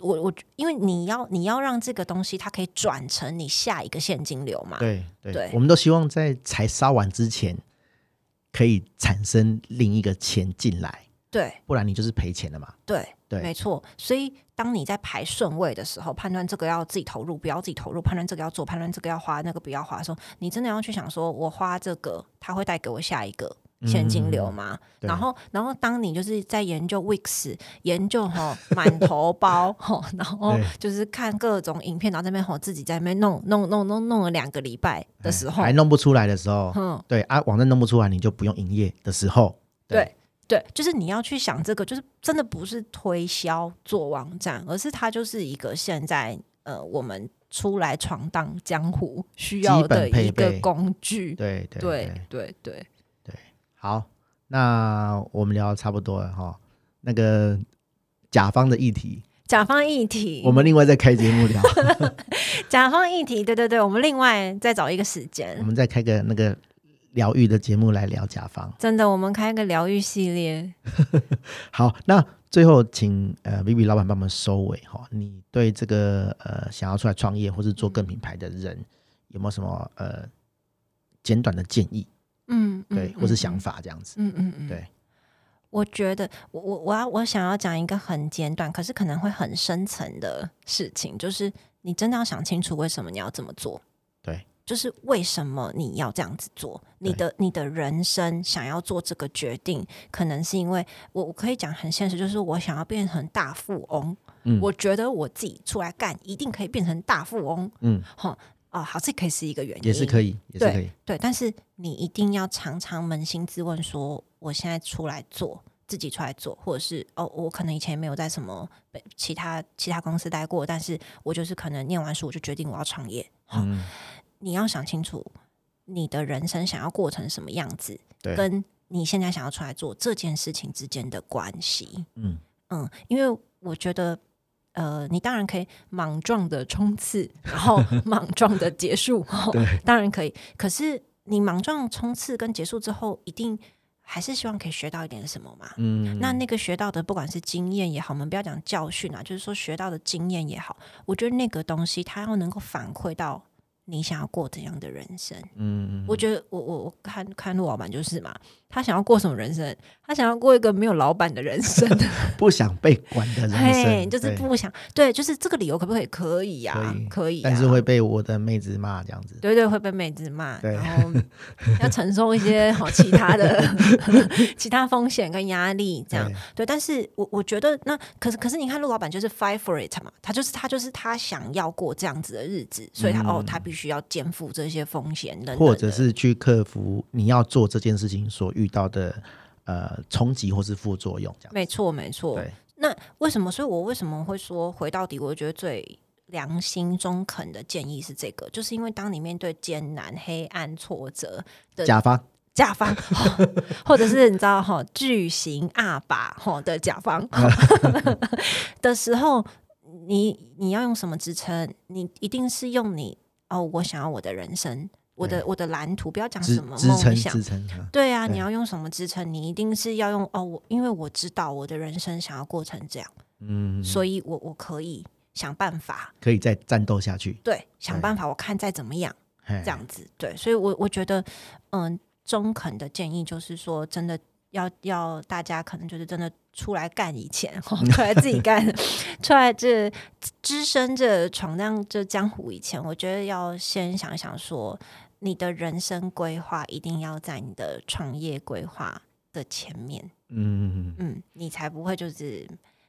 Speaker 2: 我我，因为你要你要让这个东西它可以转成你下一个现金流嘛，
Speaker 1: 对对
Speaker 2: 对
Speaker 1: 我们都希望在柴烧完之前可以产生另一个钱进来，
Speaker 2: 对
Speaker 1: 不然你就是赔钱了嘛。
Speaker 2: 对，没
Speaker 1: 对
Speaker 2: 错，所以当你在排顺位的时候，判断这个要自己投入，不要自己投入；判断这个要做，判断这个要花，那个不要花的时候，你真的要去想说，我花这个，它会带给我下一个现金流吗？
Speaker 1: 嗯对
Speaker 2: 然后，然后当你就是在研究 Wix，研究吼满头包 吼，然后
Speaker 1: 对
Speaker 2: 就是看各种影片，然后在那边吼自己在那边弄弄弄弄弄了两个礼拜的时候
Speaker 1: 哎还，弄不出来的时候，
Speaker 2: 嗯，
Speaker 1: 对啊，网站弄不出来，你就不用营业的时候，
Speaker 2: 对对，就是你要去想这个，就是真的不是推销做网站，而是它就是一个现在呃我们出来闯荡江湖需
Speaker 1: 基
Speaker 2: 要
Speaker 1: 本
Speaker 2: 的
Speaker 1: 配
Speaker 2: 一个
Speaker 1: 备
Speaker 2: 工具。
Speaker 1: 对对
Speaker 2: 嗯对对对，
Speaker 1: 好，那我们聊得差不多了哈。那个甲方的议题，
Speaker 2: 甲方议题，
Speaker 1: 我们另外再开节目 聊，
Speaker 2: 甲方议题，对对对，我们另外再找一个时
Speaker 1: 我
Speaker 2: 间，
Speaker 1: 们再开个那个疗愈的节目来聊甲方。
Speaker 2: 真的，我们开个疗愈系列。
Speaker 1: 好，那最后请呃 Vivi 老板帮我们收尾哈。你对这个呃想要出来创业或是做更品牌的人，
Speaker 2: 嗯
Speaker 1: 有没有什么呃简短的建议？
Speaker 2: 嗯，嗯
Speaker 1: 对，或是想。
Speaker 2: 嗯
Speaker 1: 法这样子？
Speaker 2: 嗯嗯嗯，
Speaker 1: 对。
Speaker 2: 我觉得，我我我要我想要讲一个很简短，可是可能会很深层的事情，就是你真的要想清楚为什么你要这么做。
Speaker 1: 对，
Speaker 2: 就是为什么你要这样子做？你
Speaker 1: 对
Speaker 2: 的你的人生想要做这个决定，可能是因为我我可以讲很现实，就是我想要变成大富翁，
Speaker 1: 嗯
Speaker 2: 我觉得我自己出来干一定可以变成大富翁
Speaker 1: 嗯，
Speaker 2: 啊、好，这可以是一个原因，
Speaker 1: 也是可以，也是
Speaker 2: 对
Speaker 1: 可以。
Speaker 2: 对，但是你一定要常常扪心自问说，我现在出来做自己出来做，或者是哦，我可能以前没有在什么被其他其他公司待过，但是我就是可能念完书我就决定我要创业。好，
Speaker 3: 嗯，
Speaker 2: 你要想清楚你的人生想要过成什么样子，
Speaker 3: 对，
Speaker 2: 跟你现在想要出来做这件事情之间的关系。
Speaker 3: 嗯
Speaker 2: 嗯，因为我觉得，呃，你当然可以莽撞的冲刺，然 后莽撞的结束，哦
Speaker 3: 对，
Speaker 2: 当然可以。可是你莽撞冲刺跟结束之后，一定还是希望可以学到一点什么嘛？
Speaker 3: 嗯，
Speaker 2: 那那个学到的，不管是经验也好，我们不要讲教训啊，就是说学到的经验也好，我觉得那个东西它要能够反馈到你想要过怎样的人生。
Speaker 3: 嗯，
Speaker 2: 我觉得我我我看看陆老板就是嘛，他想要过什么人生？他想要过一个没有老板的人生，
Speaker 1: 不想被管的人
Speaker 2: 嘿，
Speaker 1: 生，
Speaker 2: 就
Speaker 1: 对
Speaker 2: 是不想对，就是这个理由可不可以？可以呀、
Speaker 1: 可以
Speaker 2: 可以、啊，
Speaker 1: 但是会被我的妹子骂这样子。
Speaker 2: 对对会被妹子骂，
Speaker 1: 对
Speaker 2: 然 后要承受一些好其他的 其他风险跟压力这样。
Speaker 1: 对
Speaker 2: 对，但是我我觉得那可是可是你看陆老板就是 fight for it 嘛，他就是他就是他想要过这样子的日子，所以他、哦他必须要肩负这些风险等等的，
Speaker 1: 嗯或者是去克服你要做这件事情所遇到的呃冲击或是副作用，这样
Speaker 2: 没错没错，
Speaker 1: 对
Speaker 2: 那为什么？所以我为什么会说回到底？我觉得最良心中肯的建议是这个，就是因为当你面对艰难、黑暗、挫折的
Speaker 1: 甲方
Speaker 2: 甲方， 或者是你知道哈巨型阿爸哈的甲 方 的时候，你你要用什么支撑？你一定是用你哦，我想要我的人生，我的我的蓝图，不要讲
Speaker 1: 支
Speaker 2: 什么
Speaker 1: 支撑
Speaker 2: 梦想
Speaker 1: 支撑啊，
Speaker 2: 对啊，
Speaker 1: 对
Speaker 2: 你要用什么支撑？你一定是要用哦，我因为我知道我的人生想要过成这样，
Speaker 3: 嗯，
Speaker 2: 所以我我可以想办法，
Speaker 1: 可以再战斗下去，
Speaker 2: 对，想
Speaker 1: 对
Speaker 2: 办法，我看再怎么样
Speaker 1: 这
Speaker 2: 这样子，对，所以我我觉得，嗯，中肯的建议就是说，真的要要大家可能就是真的出来干以前， 哦出来自己干， 出来这只身这闯荡这江湖以前，我觉得要先想一想说，你的人生规划一定要在你的创业规划的前面。
Speaker 3: 嗯
Speaker 2: 嗯，你才不会就是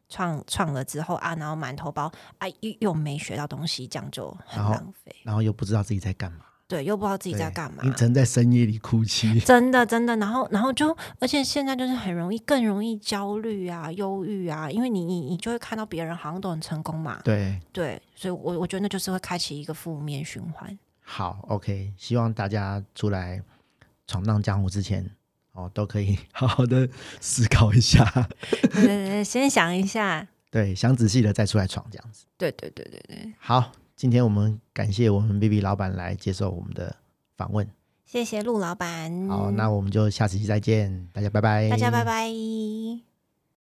Speaker 2: 创创了之后啊，然后满头包啊，又又没学到东西，这样就很
Speaker 1: 然后
Speaker 2: 浪费。
Speaker 1: 然后又不知道自己在干嘛，
Speaker 2: 对，又不知道自
Speaker 1: 自
Speaker 2: 己在干嘛
Speaker 1: 你。曾在深夜里哭泣，
Speaker 2: 真的，真的，然后，然后就，而且现在就是很容易，更容易焦虑啊、忧郁啊，因为你，你，你就会看到别人好像都很成功嘛，
Speaker 1: 对，
Speaker 2: 对，所以我我觉得那就是会开启一个负面循 环。
Speaker 1: 好，OK，希望大家出来闯荡江湖之前，哦，都可以 好好的思考一下，
Speaker 2: 对对对，先想一下，
Speaker 1: 对，想仔细的再出来闯这样子。
Speaker 2: 对对对对对，
Speaker 1: 好，今天我们感谢我们 B B 老板来接受我们的访问。
Speaker 2: 谢谢陆老板，
Speaker 1: 嗯好，那我们就下次再见，大家拜拜，
Speaker 2: 大家拜。拜。